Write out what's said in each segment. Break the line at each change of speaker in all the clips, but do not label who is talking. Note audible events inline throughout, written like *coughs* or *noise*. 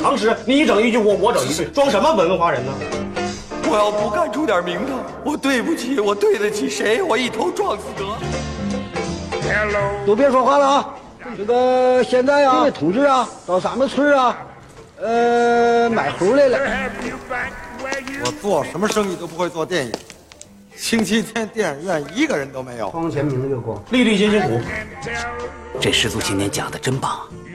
唐诗，你整一句，我我整
*laughs*
一句，装什么文化人呢？
我要不干出点名堂，我对不起，我对得起谁？我一头撞死得了。
都别说话了啊！这个现在啊，这位同志啊，到咱们村啊，呃，买猴来了。
我做什么生意都不会做电影，星期天电影院一个人都没有。
窗前明月光，
粒粒皆辛苦，
这师祖今年讲的真棒啊！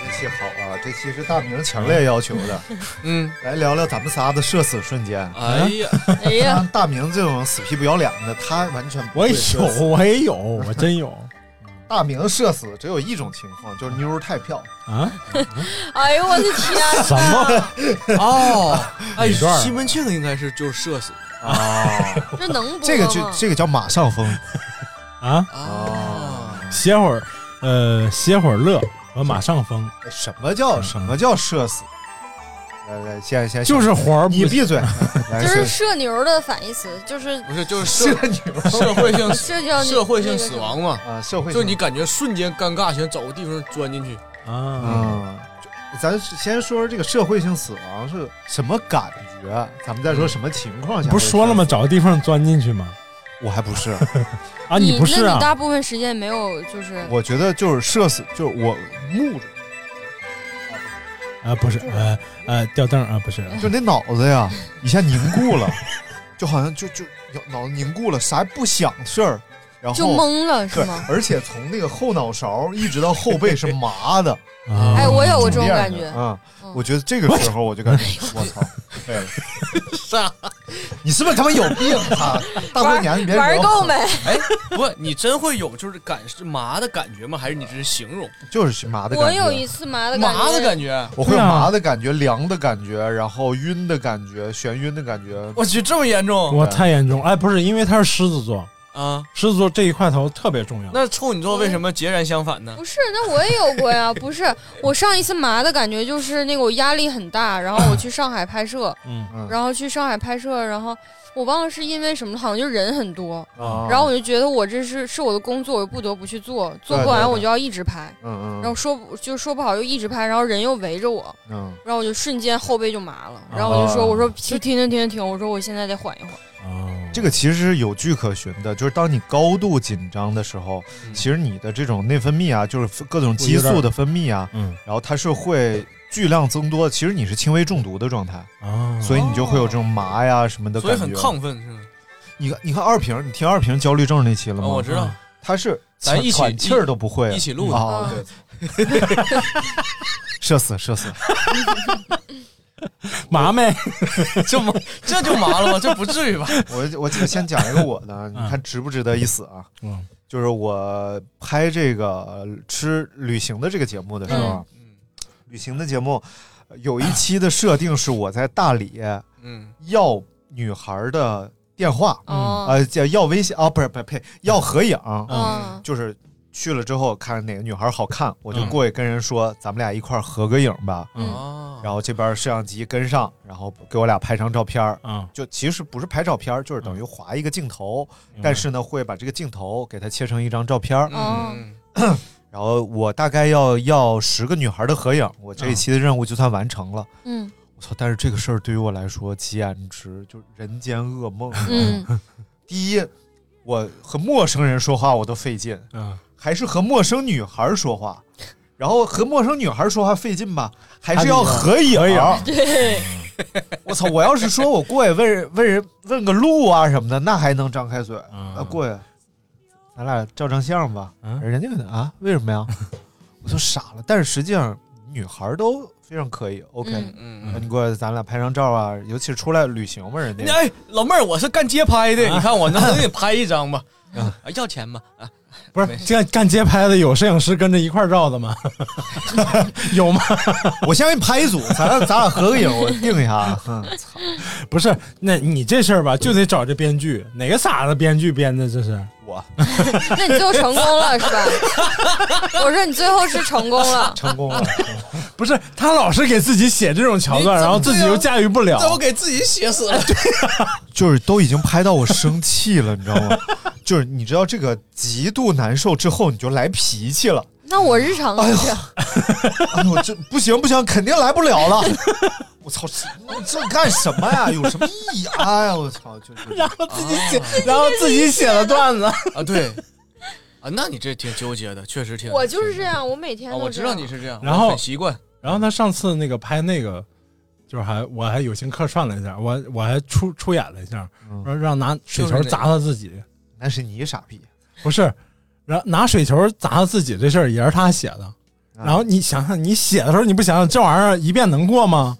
这期好啊，这期是大明强烈要求的。嗯，来聊聊咱们仨的社死瞬间。
哎呀，
哎呀，
*laughs*
像大明这种死皮不要脸的，他完全不
我
会
有
社死，
我也有，我真有
大明社死只有一种情况，就是妞儿太漂亮。
啊！
哎呦我的天哪！
什么？
*laughs*
哦，哎，
哪段儿
西门庆应该是就是社死啊
哦，
这能播吗？
这个就这个叫马上风。
啊？
啊，
歇会儿，呃，歇会儿乐，我马上疯，
哎什么叫什么叫社死？来来，先先
就是活儿不
你闭嘴，来
就是
先
社牛的反义词，就是
不是就是
社
社
牛
社会性 *laughs*
社交
社会性死亡嘛，
啊，社会
就你感觉瞬间尴尬，想找个地方钻进去。
啊，
嗯，就咱先说说这个社会性死亡是什么感觉，咱们再说什么情况下。
不是说了吗？？找个地方钻进去吗？
我还不是，
啊，
你
不是
那
啊
你？大部分时间没有就
*laughs*
是
我觉得就是社死，就是我木着，
啊，不是，呃呃，吊凳啊，不是，
就那脑
*laughs*
子呀一下凝固了，就好像就就脑子凝固了，啥也不想事儿，然后
就懵了是
对
吗，？
而且从那个后脑勺一直到后背是麻的，
啊
哎，我有过这
这
种
样
感
的
觉，
啊、
嗯
我觉得这个时候我就感觉，我操，废了，
啥？
你是不是他妈有病
*laughs*
啊？大过年你别
玩
惹我
够没？
哎，不，你真会有就是感是麻的感觉吗？还是你只是形容
就是麻的感觉。
我有一次麻的感觉，
麻的感觉？
我会有
对啊
麻的感觉、凉的感觉，然后晕的感觉、眩晕的感觉。
我去，这么严重
我太严重，哎，不是，因为他是狮子座，
啊？
狮子座这一块头特别重要。
那处女座
嗯
为什么截然相反呢？
*laughs* 不是，那我也有过呀。不是，我上一次麻的感觉就是那个我压力很大，然后我去上海拍摄，
嗯，
嗯
然后去上海拍摄，然后我忘了是因为什么，好像就人很多，
啊
然后我就觉得我这是是我的工作，我不得不去做，做
对
不
对
完
对
我就要一直拍，
嗯嗯，
然后说不就说不好又一直拍，然后人又围着我，
嗯
然后我就瞬间后背就麻了，然后我就说
哦
我说停停停停停，我说我现在得缓一缓，
啊，
这个其实是有据可循的，就是当你高度紧张的时候，
嗯
其实你的这种内分泌啊，就是各种激素的分泌啊，
嗯
然后它是会巨量增多。其实你是轻微中毒的状态，
啊，
所以你就会有这种麻呀什么的
哦所以
感觉。
很亢奋是吗？
你看，你看二平，你听二平焦虑症那期了
啊，
吗？
我知道，
他是
咱
喘
一起
喘气儿都不会，
一起录的
啊，对，社死社死，
*laughs* 麻没？
这么这 *laughs* 就麻了吗？这不至于吧？
*laughs* 我我先讲一个我的，你看值不值得一死啊？
嗯
就是我拍这个呃吃旅行的这个节目的时候，啊
嗯
嗯
旅行的节目呃有一期的设定是我在大理
嗯，
要女孩的电话，
哦，
呃，叫要微信啊，不是不是呸，要合影，
嗯，
就是去了之后看哪个女孩好看，我就过去跟人说，咱们俩一块儿合个影吧。
嗯
哦，
然后这边摄像机跟上，然后给我俩拍张照片儿
啊，
就其实不是拍照片儿，就是等于划一个镜头，
明白
但是呢会把这个镜头给它切成一张照片儿。
哦
嗯，
然后我大概要要十个女孩的合影，我这一期的任务就算完成了。
嗯
我操！但是这个事儿对于我来说，简直就是人间噩梦。啊
嗯，
第一，我和陌生人说话我都费劲，
嗯，
还是和陌生女孩说话，然后和陌生女孩说话费劲吧，还是要合影。啊
对，
我操！我要是说我过去问人问人问个路啊什么的，那还能张开嘴。啊，过去，咱俩照张相吧。
嗯
人家可能啊，为什么呀？ *laughs* 我就傻了。但是实际上，女孩都非常可以。OK，、啊
嗯
嗯嗯。
你过来，咱俩拍张照啊，尤其是出来旅行嘛，人
你
家
哎，老妹儿，我是干街拍的，你看我能不能给你拍一张吧？啊，要钱吗？啊，
不是这样干街拍的有摄影师跟着一块儿照
*laughs*
的吗？有吗？
我先给你拍一组，咱咱俩合个影，我定一下。
*laughs*
嗯，
不是，那你这事儿吧，就得找这编剧，哪个傻子编剧编的？这是
我
*laughs* 那你最后成功了是吧？我说你最后是成功了，
成功了， *laughs* 不是他老是给自己写这种桥段，然后自己又驾驭不了。
这我给自己写死
*laughs*
了。
*laughs* 就是都已经拍到我生气了，你知道吗？ *laughs* 就是你知道这个极度难受之后，你就来脾气了。
那我日常就是这样，
*laughs* 哎呦，这不行不行，肯定来不了了。 *laughs* 我操，这这干什么呀？有什么意义？哎呀，我操，就是啊
然后自己写，然后自己写了段子
啊，对啊，那你这挺纠结的，确实挺。
我就是这样，我每天
啊，
都
我
这
知
样
道你是这样，
然后
我很习惯。
然后他上次那个拍那个，就是还我还有幸客串了一下，我我还出出演了一下，
嗯
说让拿水球砸他自己，
那是你傻逼。
不是，然后拿水球砸他自己这事儿也是他写的。
啊
然后你想想，你写的时候你不想想这玩意儿一遍能过吗？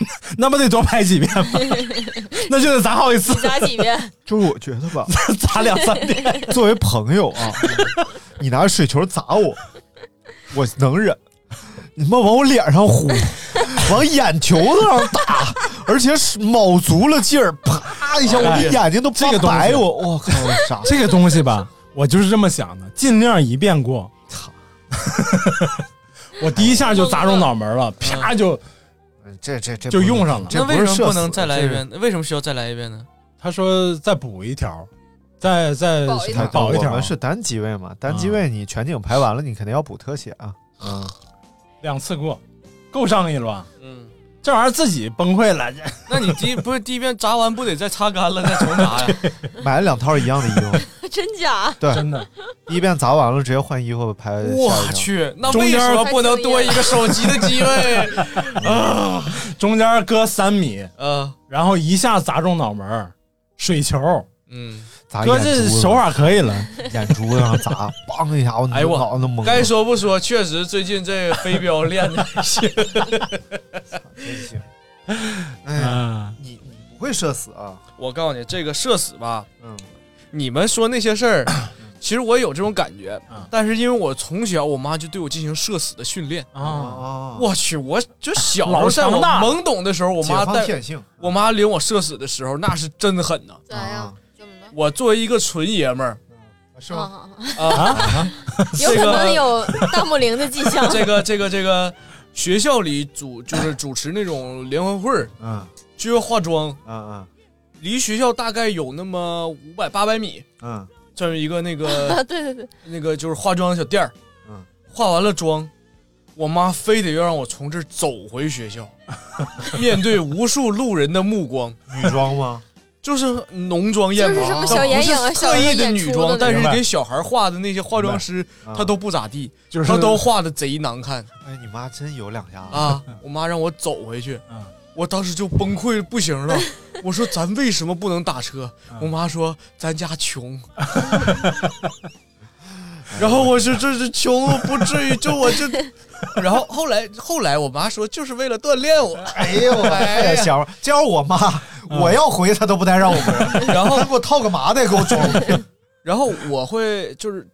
*laughs* 那不得多拍几遍吗？ *laughs* 那就得砸好几次，
砸几遍？ *laughs*
就是我觉得 *laughs* 吧，
砸两三遍。
作为朋友啊，你拿水球砸我，我能忍。你他妈往我脸上呼，往眼球子上打，而且是卯足了劲儿，啪一下，我
哎
的眼睛都
这
发
个东
白。
西
我我靠，我傻。
这个东西吧，我就是这么想的，尽量一遍过。
操！
我第一下就砸中脑门了，
哎
啪就
呃这这这
就用上了
这
那
不
为
是
什么
社
不
死
能再来一？
这是
遍？为什么需要再来一遍呢？
他说再补一条，再再
保一条
保一
我
条
们，是单机位嘛，单机位你全景排完了，你肯定要补特写啊。嗯，
两次过，够上一轮。
嗯，
这玩意儿自己崩溃了，这
那你第一不是第一遍砸完不得再擦干了再重砸
*laughs*
呀？
买了两套一样的衣服， *laughs*
真假？
对，
真的
第一遍砸完了直接换衣服拍下一
我
张。
去，那
中
为
间
什么不能多一
*laughs*
个手机的机位？
*laughs* 中间隔三米，
呃，
然后一下砸中脑门儿，水球，
嗯，
砸
哥
眼珠
这
子
手法可以了。
眼珠子上砸，梆一下，我
哎我
脑子懵了。
该说不说，确实最近这飞镖练的
真行。 *laughs* 哎呀，
嗯，
你你不会社死啊？
我告诉你，这个社死吧，
嗯，
你们说那些事儿，其实我有这种感觉
嗯，
但是因为我从小我妈就对我进行社死的训练。
啊，
啊，
我去，我就小时
老
候在
强
我
大
懵懂的时候，我
解
妈
放
带
天性。
我妈领我社死的时候，那是真狠呐、
咋样？怎么了？
我作为一个纯爷们儿
是吗？
啊，
啊，
有可能有大木灵的迹 *laughs* 象。
这个这个这个学校里主就是主持那种联欢会儿，
嗯
就要化妆，
嗯
离学校大概有那么五百八百米，
嗯
这么一个那个
*laughs* 啊，对对对，
那个就是化妆小店儿。
嗯
化完了妆，我妈非得要让我从这儿走回学校， *laughs* 面对无数路人的目光，
嗯，女装吗？
就是浓妆艳
就
抹，
是什么小眼影啊，
刻
小时候
意的
演
女
出
装，但
那
是
种
给小孩画的那些化妆师，
啊
她都不咋地，
嗯就是
她都画的贼难看
*laughs* 哎，你妈真有两下子！
啊！我妈让我走回去
嗯，
我当时就崩溃不行
*laughs*
了。我说咱为什么不能打车？
嗯
我妈说咱家穷。 *laughs* 然后我说这是穷，我不至于，就我
*laughs*
就。然后后来后来我妈说就是为了锻炼我，
哎呦，我
哎
这
呀
小这要是我妈，
嗯
我要回她都不带让我
*laughs*
回，
然后
她给我套个麻袋给我装。
然后我会就是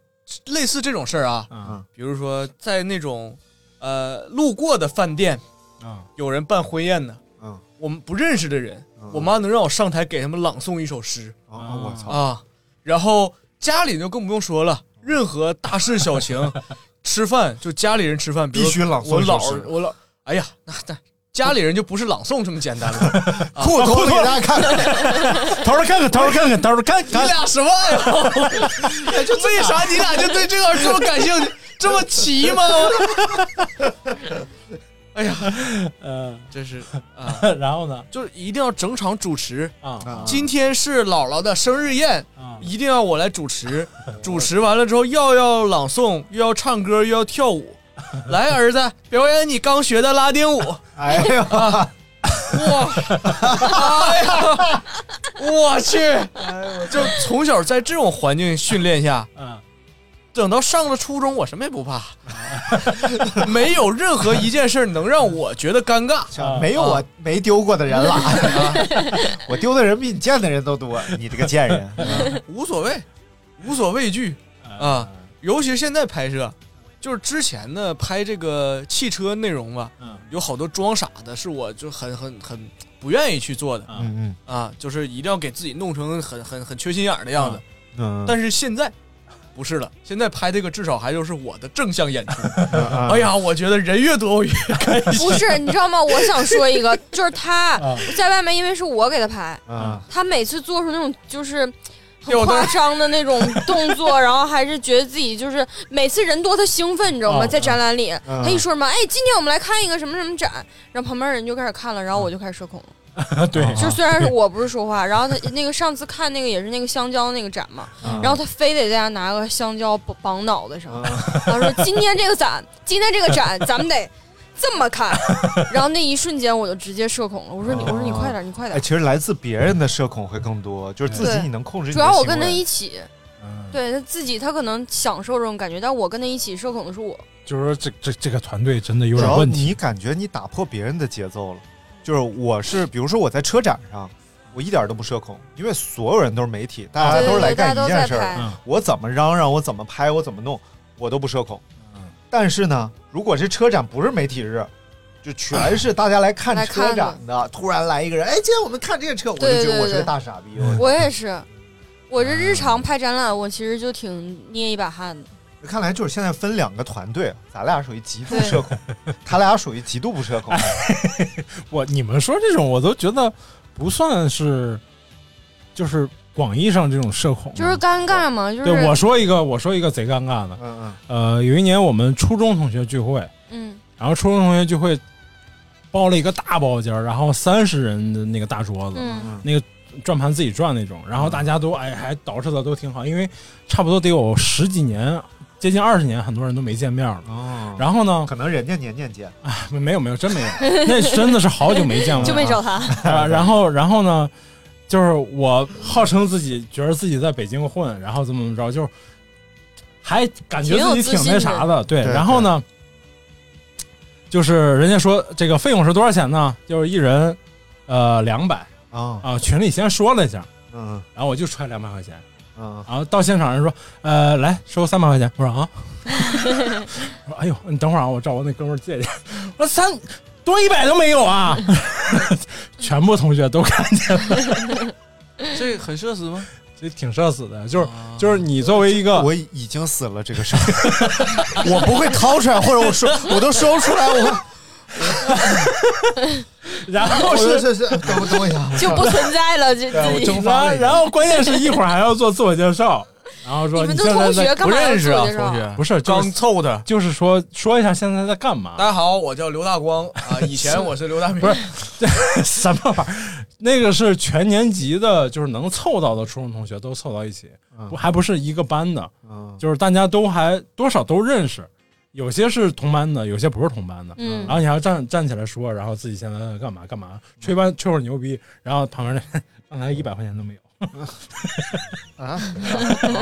类似这种事儿啊，
嗯
啊
比如说在那种呃路过的饭店，
啊，
有人办婚宴呢，
嗯，
我们不认识的人，
嗯
我妈能让我上台给他们朗诵一首诗
啊，我操！
啊，然后家里就更不用说了，任何大事小情，
*laughs*
吃饭就家里人吃饭，比如
必须朗诵
我
一首
老
诗
我老，哎呀，那那家里人就不是朗诵这么简
*laughs*
单了，啊
裤头给大家看看，
头儿看看，头儿看看，头儿看
你 *laughs*
看，
俩什么爱好？ *laughs* 哎就为啥你俩就对这个这么感兴趣，这么奇吗？ *laughs* 哎呀，
嗯，
真是啊，
*laughs* 然后呢？
就是一定要整场主持。
啊
今天是姥姥的生日宴，
啊，
一定要我来主 *laughs* 持。主持完了之后，又要朗诵，又要唱歌，又要跳舞。来，儿子，表演你刚学的拉丁舞。
哎呦，
哇，哎呀，我去！就从小在这种环境训练下，
嗯，
等到上了初中，我什么也不怕，
嗯
没有任何一件事儿能让我觉得尴
*laughs*
尬。
啊
没有我没丢过的人了，我丢的人比你见的人都多，你这个贱人！嗯
无所谓，无所畏惧啊！尤其是现在拍摄，就是之前呢拍这个汽车内容吧，
嗯
有好多装傻的，是我就很很很不愿意去做的，
嗯
啊，就是一定要给自己弄成很很很缺心眼儿的样子。
嗯，
但是现在不是了，现在拍这个至少还就是我的正
*laughs*
向演出。
啊
哎呀，我觉得人越多我越开心。
不是，你知道吗？我想说一个，就是他
啊
在外面，因为是我给他拍，
啊，
他每次做出那种就是
吊
很
带儿
夸张的那种
*laughs*
动作，然后还是觉得自己就是每次人多他兴奋，你知道
哦
吗？
啊
在展览里，
嗯
他一说什么，哎，今天我们来看一个什么什么展，然后旁边人就开始看了，然后我就开始社恐了。
嗯 *laughs* 对，
就虽然是我不是说话，然后他那个上次看那个也是那个香蕉那个展嘛，
嗯
然后他非得在家拿个香蕉绑绑脑袋上，然
*laughs*
后说今天这个展，今天这个展咱们得这
*laughs*
么看，然后那一瞬间我就直接社恐了，我说你我说你快点你快
哎，
点
其，实来自别人的社恐会更多，就是自己
对
你能控制你
主
的行为。
要我跟他一起，对他自己他可能享受这种感觉，但我跟他一起社恐的是我，
就是说这这这个团队真的 *laughs* 有
只
点
要
问题。
你感觉你打破别人的节奏了，就是我是，比如说我在车展上，我一点都不社恐，因为所有人都是媒体，大家
啊对
都是来
对大
干
家
一
都
件
在
事儿
拍嗯，
我怎么嚷嚷，我怎么拍，我怎么弄，我都不社恐。但是呢，如果这车展不是媒体日，就全是大家来看
来看
车
的
展的，突然来一个人，哎，今天我们看这个车，我就
对
觉
对
得我是
对
个大傻逼。
我也是，我这日常拍展览我其实就挺捏一把汗的，
看来就是现在分两个团队，咱俩属于极度
对
社恐，他俩属于极度不社
*laughs*
恐。
我你们说这种，我都觉得不算是，就是广义上这种社恐。
就是尴尬嘛，就是
对，我说一个，我说一个贼尴尬的。
嗯嗯。
呃，有一年我们初中同学聚会，
嗯
然后初中同学聚会包了一个大包间儿，然后三十人的那个大桌子，
嗯
那个转盘自己转那种，然后大家都哎还捯饬的都挺好，因为差不多得有十几年，接近二十年，很多人都没见面了。
哦，
然后呢？
可能人家年年见，
啊，没没有没有，真没有，那真的是 *laughs* 好久没见了，
就没找他
啊，然后然后呢，就是我号称自己觉得自己在北京混，然后怎么怎么着，就是还感觉自己挺那啥的，对。然后呢，就是人家说这个费用是多少钱呢？就是一人呃两百
啊
啊，群里先说了一下，
嗯，
然后我就揣两百块钱，
嗯，
然后啊到现场人说呃来收三百块钱，我说啊， *laughs* 我说哎呦你等会儿啊，我找我那哥们儿借去， *laughs* 我说三多一百都没有啊， *laughs* 全部同学都看见了。
这很社死吗？
这挺社死的，就是、
啊
就是你作为一个，
我已经死了这个事儿， *laughs*
我不会掏出来，或者我说我都说不
*laughs*
出来，我
*laughs* 然
我
后
*laughs*
是
是
是是，等我等我一下，
就不存在了，就
对我
自己
蒸
然后然后关键是一会儿还要做自我介绍，然后说
你们都
现在在
同学干嘛要不认识啊自我介绍同学
不是
刚凑的，
就是说说一下现在在干嘛，
大家好，我叫刘大光啊，以前我是刘大明，啊
不是 *laughs* 什么玩意儿？那个是全年级的，就是能凑到的初中同学都凑到一起，
嗯
不还不是一个班的，就是大家都还多少都认识，有些是同班的，有些不是同班的。
嗯
然后你还要站站起来说，然后自己现在在干嘛
嗯
干嘛，吹班吹会儿牛逼，然后旁边那 *laughs* 刚才一百块钱都没有。
啊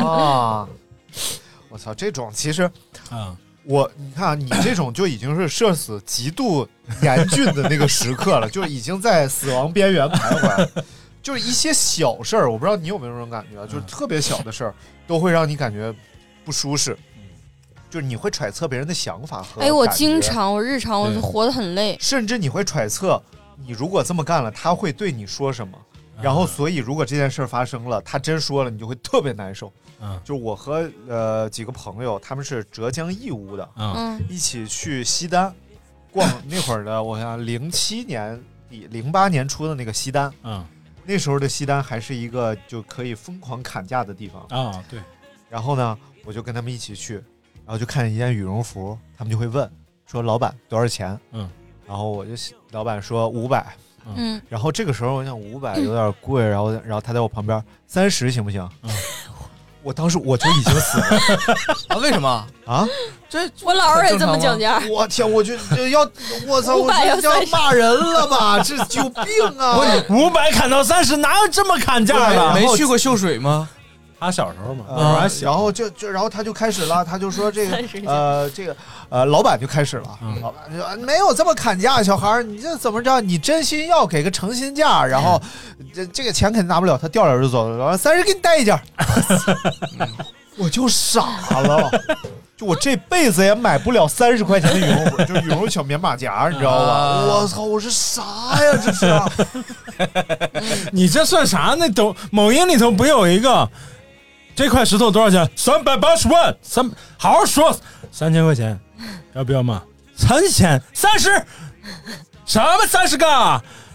啊！ *laughs* 我操，这种其实
啊，
我你看啊你这种就已经是社死极度严峻的那个时刻了， *laughs* 就是已经在死亡边缘徘徊。就是一些小事儿，我不知道你有没有这种感觉啊，就是特别小的事儿都会让你感觉不舒适，就是你会揣测别人的想法和
哎，我
感觉
经常，我日常我
对
活得很累，
甚至你会揣测，你如果这么干了，他会对你说什么。
啊
然后，所以如果这件事儿发生了，他真说了，你就会特别难受。
嗯，
就是我和呃几个朋友，他们是浙江义乌的，
嗯
一起去西单逛那会儿的，我想零七年底、零八年初的那个西单，
啊
嗯，
那时候的西单还是一个就可以疯狂砍价的地方
啊，对。
然后呢，我就跟他们一起去，然后就看见一件羽绒服，他们就会问说：“老板多少钱？”
嗯，
然后我就老板说五百，
嗯，
然后这个时候我想五百有点贵，然后然后他在我旁边三十行不行？
嗯
我当时我就已经死了
啊？为什么？
啊！
这
我姥儿也这么讲价。
我天，我就就要 *laughs* 我操，我
500要
这要骂人 *laughs* 了吧？这有病啊！
五百砍到三十，哪有这么砍价
哎
的？
嗯没嗯去过秀水吗？
他小时候嘛，
啊，然后就就然后他就开始了，他就说这
三十
个
斤
呃这个呃老板就开始了，
嗯
老板就说没有这么砍价，小孩儿你这怎么着？你真心要给个诚心价，然
嗯嗯
后这这个钱肯定拿不了，他掉脸就走了，然后三十给你带一件儿， *laughs* 我就傻了，就我这辈子也买不了三十块钱的羽绒服，就羽绒小棉马甲，你知道吧？
啊
我操，哦我是啥呀？这是，
你这算啥？那抖某音里头不有一个，这块石头多少钱？三百八十万，三好好说，三千块钱，要不要嘛？三千，三十，什么三十个？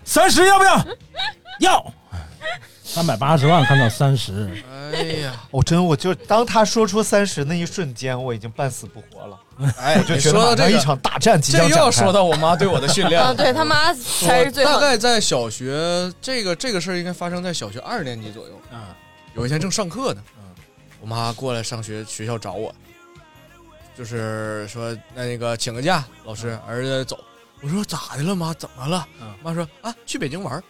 三十要不要？要，三百八十万看到三十，
哎呀，
我真我就当他说出三十那一瞬间，我已经半死不活了。
哎
我就觉得
你说到
马
这个
上一场大战即
这
将
又
展开。
要说到我妈对我的训练
啊，
了。
对他妈才是最
我大
狠的。
概在小学，这个这个事儿应该发生在小学二年级左右。
嗯，
有一天正上课呢，我妈过来上学学校找我，就是说那那个请个假，老
嗯
师儿子走。我说咋的了妈？怎么了？妈说啊，去北京玩儿。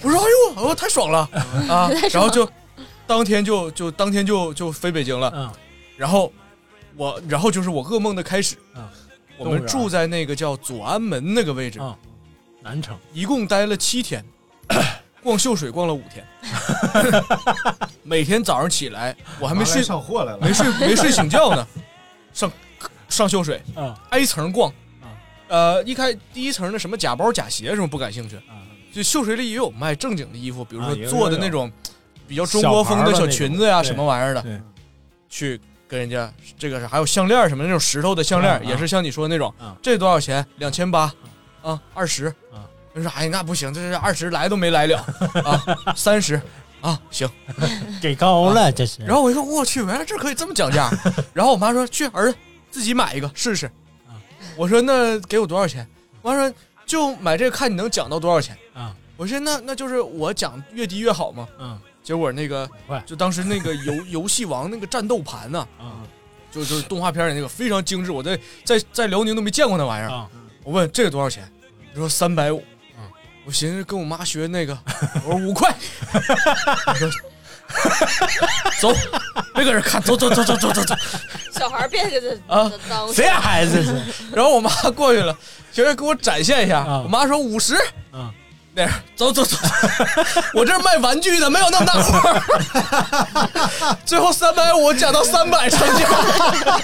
我说哎呦，我、太爽了
嗯
啊
*laughs* 太爽！
然后就当天就就当天就就飞北京了。
嗯，
然后我然后就是我噩梦的开始。
嗯，
我们
动物
住在那个叫左安门那个位置。
嗯南城
一共待了七天，逛秀水逛了五天， *laughs* 每天早上起来我还没睡，
上
*laughs*
货来了，
没睡没睡醒觉呢，上上秀水
啊
挨层逛，
嗯
呃，一开第一层的什么假包假鞋什么不感兴趣，就秀水里也有卖正经的衣服，比如
嗯啊
说
也有
做的
有
那种比较中国风的小裙子呀、
小
什
牌儿的那种
么玩意儿的，
对，
去跟人家这个是还有项链儿什么的那种石头的项链儿，
啊啊
也是像你说的那种
啊，
这多少钱？两千八啊，二十
啊。
人说哎，那不行，这是二十来都没来
*laughs*
了啊，三十啊，行。
给高了这是
嗯然后我一看，我去，原来这儿可以这么讲
*laughs*
价。然后我妈说去儿子自己买一个试试。
啊
我说那给我多少钱？我妈说就买这个，看你能讲到多少钱。
啊，
我说那那就是我讲越低越好嘛。
嗯
结果那个
快
就当时那个游 *laughs* 游戏王那个战斗盘呐、
啊
就就是动画片里那个非常精致，我在在在辽宁都没见过那玩意儿。
啊，
我问这个多少钱，他说三百五。我寻思跟我妈学那个，我说五块。 *laughs* 我说 *laughs* 走，别搁这看，走走走走走走走。
小孩儿别给他
啊
当
谁家孩子这是？
然后我妈过去了，学着给我展现一下。
啊
我妈说五十。
啊
那样走走走， *laughs* 我这儿卖玩具的，没有那么大活儿。 *laughs* 最后三百我讲到三百成交。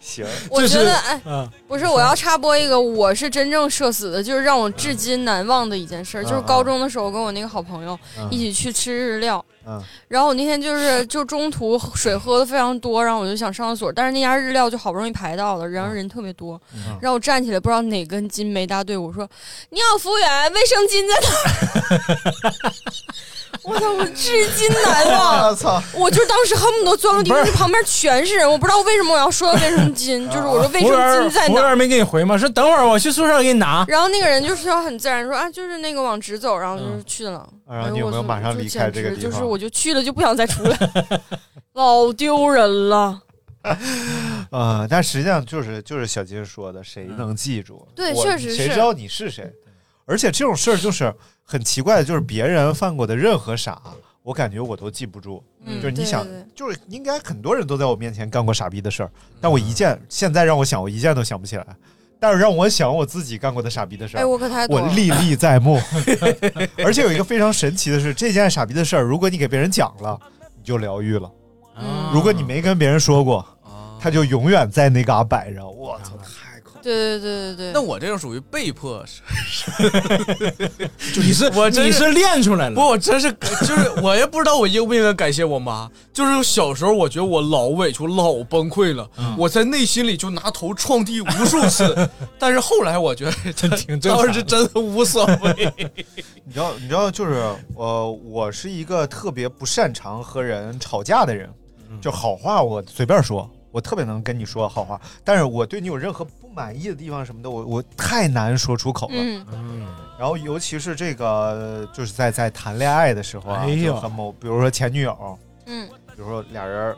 行，
*laughs*
我
这
觉
是
得哎，
啊
不是，我要插播一个，我是真正社死的，就是让我至今难忘的一件
啊
事儿，就是高中的时候，我跟我那个好朋友一起去吃日料，
啊
嗯
然后我那天就是就中途水喝的非常多，然后我就想上厕所，但是那家日料就好不容易排到了，然后人特别多，
嗯啊
然后我站起来不知道哪根筋没搭对，我说你好，服务员，卫生巾在哪儿？
*laughs*
我操！我至今难忘，啊
我操，
我就当时恨不得钻到地
不
上，
是
就旁边全是人，我不知道为什么我要说到卫生巾，就是我说卫
服务
生
员
巾在
服务
哪儿？
员没给你回吗？说等会儿我去宿舍给你拿。
然后那个人就是要很自然说啊，就是那个往直走，然后就是去了。
然后
哎
你有
呦我
没有
就
马上
就
离
简
开这个
直
地
就是
方
我就去了就不想再出来，老丢人了。
啊、但实际上就是就是小金说的，谁能记
嗯
住？
对
我
确实
谁
是
知道你是谁？而且这种事儿就是很奇怪的，就是别人犯过的任何傻，我感觉我都记不住。
嗯，
就是你
对
想
对嗯对
就是应该很多人都在我面前干过傻逼的事儿，但我一件现在让我想，我一件都想不起来。但是让我想我自己干过的傻逼的事
哎，
儿，
我可太多
我
了。
历历在目。 *laughs* 而且有一个非常神奇的是，这件傻逼的事儿，如果你给别人讲了，你就疗愈了；
嗯
如果你没跟别人说过，他就永远在那嘎摆着。我操！
对对对对
*laughs* 那
对，
我这种属于被迫， *laughs*
你是
我真
你是练出来了，
不，我真是就是我也不知道我应不应该感谢我妈。就是小时候，我觉得我老委屈、老崩溃了，我在内心里就拿头撞地无数次。但是后来我觉得 *laughs* 这
挺正常
倒
的
是真的无所谓。
你知道，你知道，就是呃，我是一个特别不擅长和人吵架的人，就好话我随便说，我特别能跟你说好话，但是我对你有任何不满意的地方什么的，我我太难说出口了。
嗯，
然后尤其是这个，就是在在谈恋爱的时候啊，
哎呦
就和某，比如说前女友，
嗯
比如说俩人，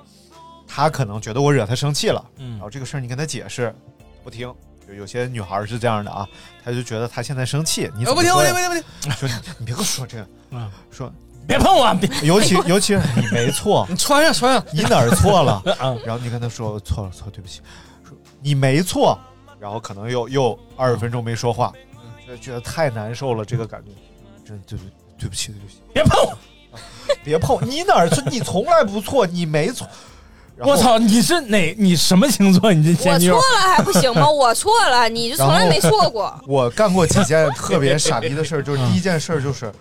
他可能觉得我惹他生气了，
嗯
然后这个事儿你跟他解释，不听。就有些女孩是这样的啊，她就觉得她现在生气，
哦
你怎么
不听，不
说
听，
呀
不听，不听！
说你你别跟我说这个，
嗯
*laughs* 说
别碰我，别
尤其尤其是你没错，
你穿上，穿上。
你哪儿错
*laughs*
了？
啊
然后你跟他说我错了，错了，对不起，说你没错，然后可能又又二十分钟没说
嗯
话，就觉得太难受了，这个感觉，真对不对不起，对不起，
别碰我，
别碰，你哪儿错？你从来不错，你没错。然后
我操，你是哪？你什么星座？你这
我
前女
错
友
了还不行吗？我错了，你就从来没错过。
我干过几件特别傻逼的事儿，
*laughs* 嗯
就是第一件事儿就是，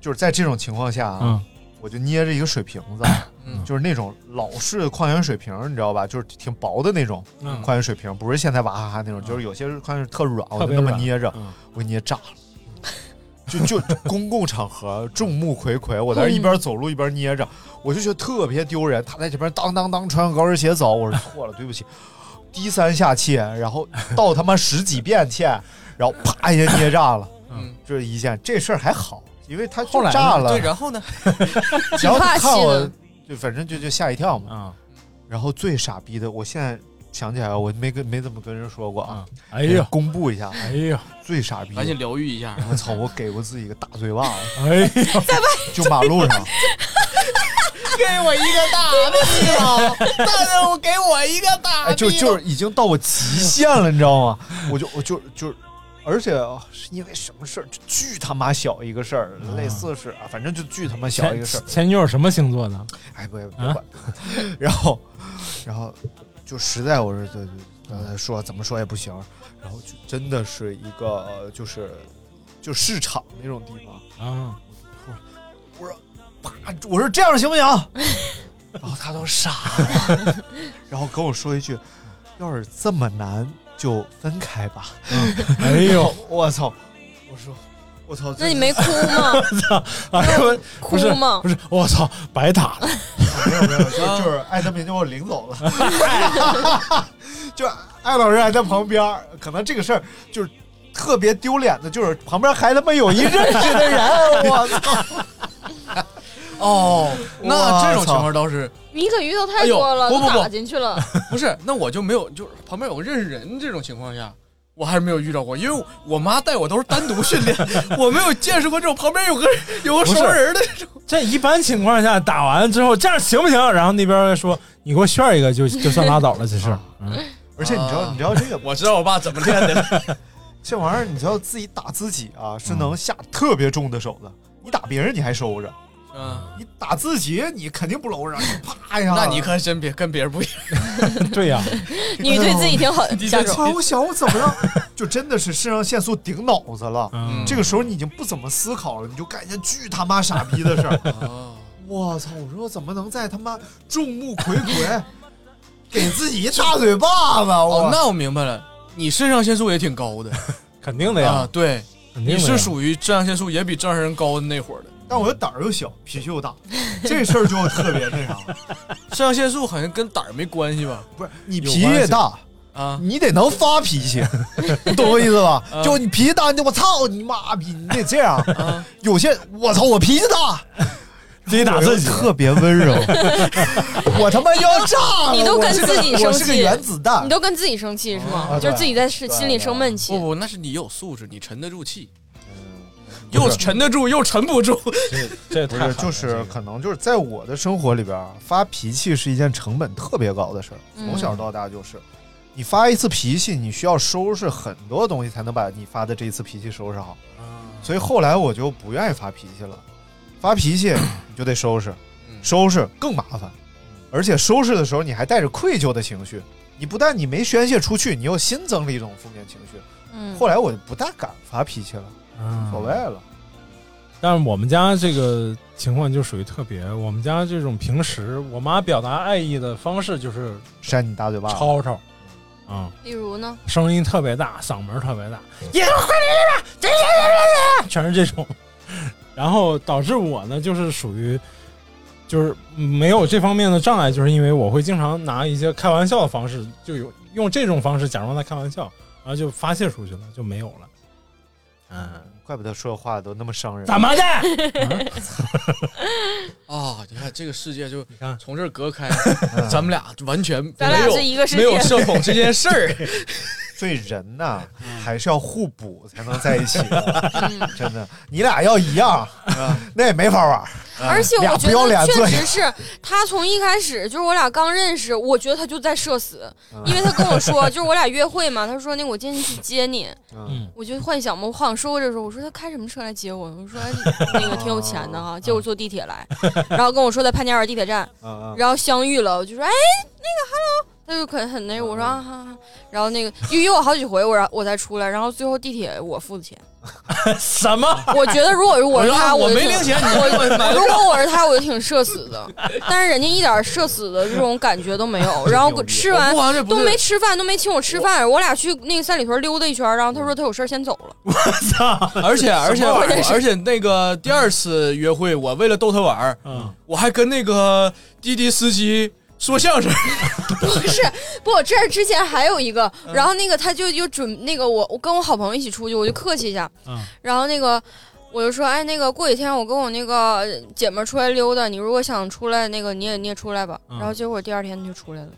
就是在这种情况下啊，我就捏着一个水瓶子，
嗯
就是那种老式的矿泉水瓶，你知道吧？就是挺薄的那种
嗯
矿泉水瓶，不是现在娃哈哈那种，就是有些矿泉水特软，我
特
就
别
那么
软嗯
捏着，我给捏炸了。
*laughs*
就就公共场合，众目睽睽，我在
嗯
那一边走路一边捏着，我就觉得特别丢人。他在前面当当当穿个高跟鞋走，我说错了，对不起。低三下气，然后道他妈十几遍歉，然后啪一下捏炸了，嗯，这一件这事儿还好，因为他就炸了，
对，然后呢？
然后他看
挺怕
我
气的，
就反正就就吓一跳嘛，然后最傻逼的，我现在想起来了，我没跟没怎么跟人说过啊，
哎呦
公布一下，
哎呦，
最傻逼的，
赶紧疗愈一下。
我操！我给过自己一个大嘴巴子，
哎呦，
就马路
*laughs*
上，
*laughs* 给我一个大 *laughs* 屁了，大人，给我一个大哦
哎，就就是已经到我极限了，你知道吗？我就我就就，而且哦是因为什么事儿，就巨他妈小一个事儿，类似是啊，反正就巨他妈 *laughs* 小一个事儿
前。前女友什么星座的？
哎，不要不管。 *laughs* 然后，然后就实在我是对对，刚才说怎么说也不行，然后就真的是一个呃就是就市场那种地方
啊，
我说啪，我说这样行不 *laughs* 行？然后他都傻了， *laughs* 然后跟我说一句：“要是这么难，就分开吧。
哎呦，
*laughs* 我操！我说，我操！
*laughs* 那你没哭吗？
哎呦，不是
哭吗
不是，我操，白打了。
没有没有，就就是艾德明就把我领走了， *laughs* 就艾老师还在旁边儿，可能这个事儿就是特别丢脸的，就是旁边还他妈有一认识的人，我操！
哦，那这种情况倒是
你可遇到太多了，
哎呦不不
都
不
打进去了。
不是，那我就没有，就是旁边有个认识人这种情况下，我还是没有遇到过，因为我我妈带我都是单独训 *laughs* 练，我没有见识过这种旁边有个有个
不是
熟人的这种。
这一般情况下打完之后，这样行不行？然后那边说你给我炫一个就就算拉倒了，这
啊
事儿。
*laughs* 而且你知道，你知道这个
我知道我爸怎么练的了，
这玩意儿，你知道自己打自己啊，是能下特别重的手的。你打别人你还收着，
*laughs* 嗯，
你打自己你肯定不搂着，啪呀！
那你可真别跟别人不一样，
对呀、
你对自己挺狠，
你
下
这
手
我想我怎么了？ *laughs* 就真的是肾上腺素顶脑子了。
嗯
这个时候你已经不怎么思考了，你就干一件巨他妈傻逼的事儿。
嗯
*laughs* 我操！我说我怎么能在他妈众目睽睽给自己一大嘴巴子？
哦，
我
那我明白了，你肾上腺素也挺高的，
肯定的呀，
啊，对，
肯定
你
的呀。
是属于肾上腺素也比正常人高的那伙儿的。
但我胆儿又小，脾气又大，这事儿就特别那啥。
肾上腺素好像跟胆儿没关系 *laughs* 吧？
不是你
有
脾气
关
越
系
大，
啊，
你得能发脾
*laughs*
气，你懂我意思吧？
啊
嗯
就你脾气大，你我操你妈逼，你得这样。
啊
有些我操，我脾气大，
自己打自己
我又特别温
*laughs*
柔。我他妈要炸了！
你都
我
跟
是
自己
我
生
是个
气
原子弹
你。都跟自己生气是吗？
啊
就是
对
自己在是心里生闷气
不。不，那是你有素质，你沉得住气，又沉得住又沉不住。
这也
不
太狠
是，
了
就是
这个
可能就是在我的生活里边，发脾气是一件成本特别高的事儿，
嗯
从小到大就是。你发一次脾气，你需要收拾很多东西才能把你发的这一次脾气收拾好。
嗯
所以后来我就不愿意发脾气了，发脾气你就得收拾，
嗯
收拾更麻烦，而且收拾的时候你还带着愧疚的情绪，你不但你没宣泄出去，你又新增了一种负面情绪。
嗯，
后来我就不大敢发脾气了，无
嗯
所谓了。
但是我们家这个情况就属于特别，我们家这种平时我妈表达爱意的方式就是
扇你大
哦
嘴巴子，
吵吵，啊、
例如呢？
声音特别大，嗓门特别大，也快点全是这种，然后导致我呢就是属于就是没有这方面的障碍，就是因为我会经常拿一些开玩笑的方式，就有用这种方式假装在开玩笑，然后就发泄出去了，就没有了。嗯，
怪不得说话都那么伤人。
怎么的？
啊，你看这个世界就
看
从这
啊
儿隔开，咱们俩完全
咱
没
俩
有
是一个世界 *laughs*
没有社恐这件事儿。
所以人呐，还是要互补才能在一 *laughs* 起的，
嗯
真的。你俩要一样，那也没法玩。
而且
啊俩
我觉
不要脸
得确
最
实是他从一开始就是我俩刚认识，我觉得他就在社死，
啊
因为他跟我
*laughs*
说就是我俩约会嘛，他说那我今天去接你，
嗯
我就幻想嘛，我好说这时候我说他开什么车来接我，我说哎
*laughs*
那个挺有钱的
啊
哈，结果坐地铁来，然后跟我说在潘家园地铁站，
嗯
然后相遇了，我就说哎那个 hello，他就很很那个，我说啊哈哈，然后那个就约我好几回，我然我才出来，然后最后地铁我付的钱。
什么？
*laughs* 我觉得如果是我是他，
我
就
没
挺
零钱你
*laughs* 我
给我买个
如果我是他，我就挺社死的。但是人家一点社死的这种感觉都没
*laughs*
有，然后吃
我
完
不完这不
都
是
没吃饭，都没请我吃饭。我俩去那个三里屯溜达一圈，然后他
嗯
说他有事儿先走了。
而且而且
什么玩意儿
而且那个第二次约会，我为了逗他玩儿，
嗯
我还跟那个滴滴司机说相声，
不是，不，这儿之前还有一个，然后那个他就就准那个我我跟我好朋友一起出去，我就客气一下，然后那个我就说，哎，那个过几天我跟我那个姐们儿出来溜达，你如果想出来，那个你也你也出来吧。然后结果第二天他就出来了。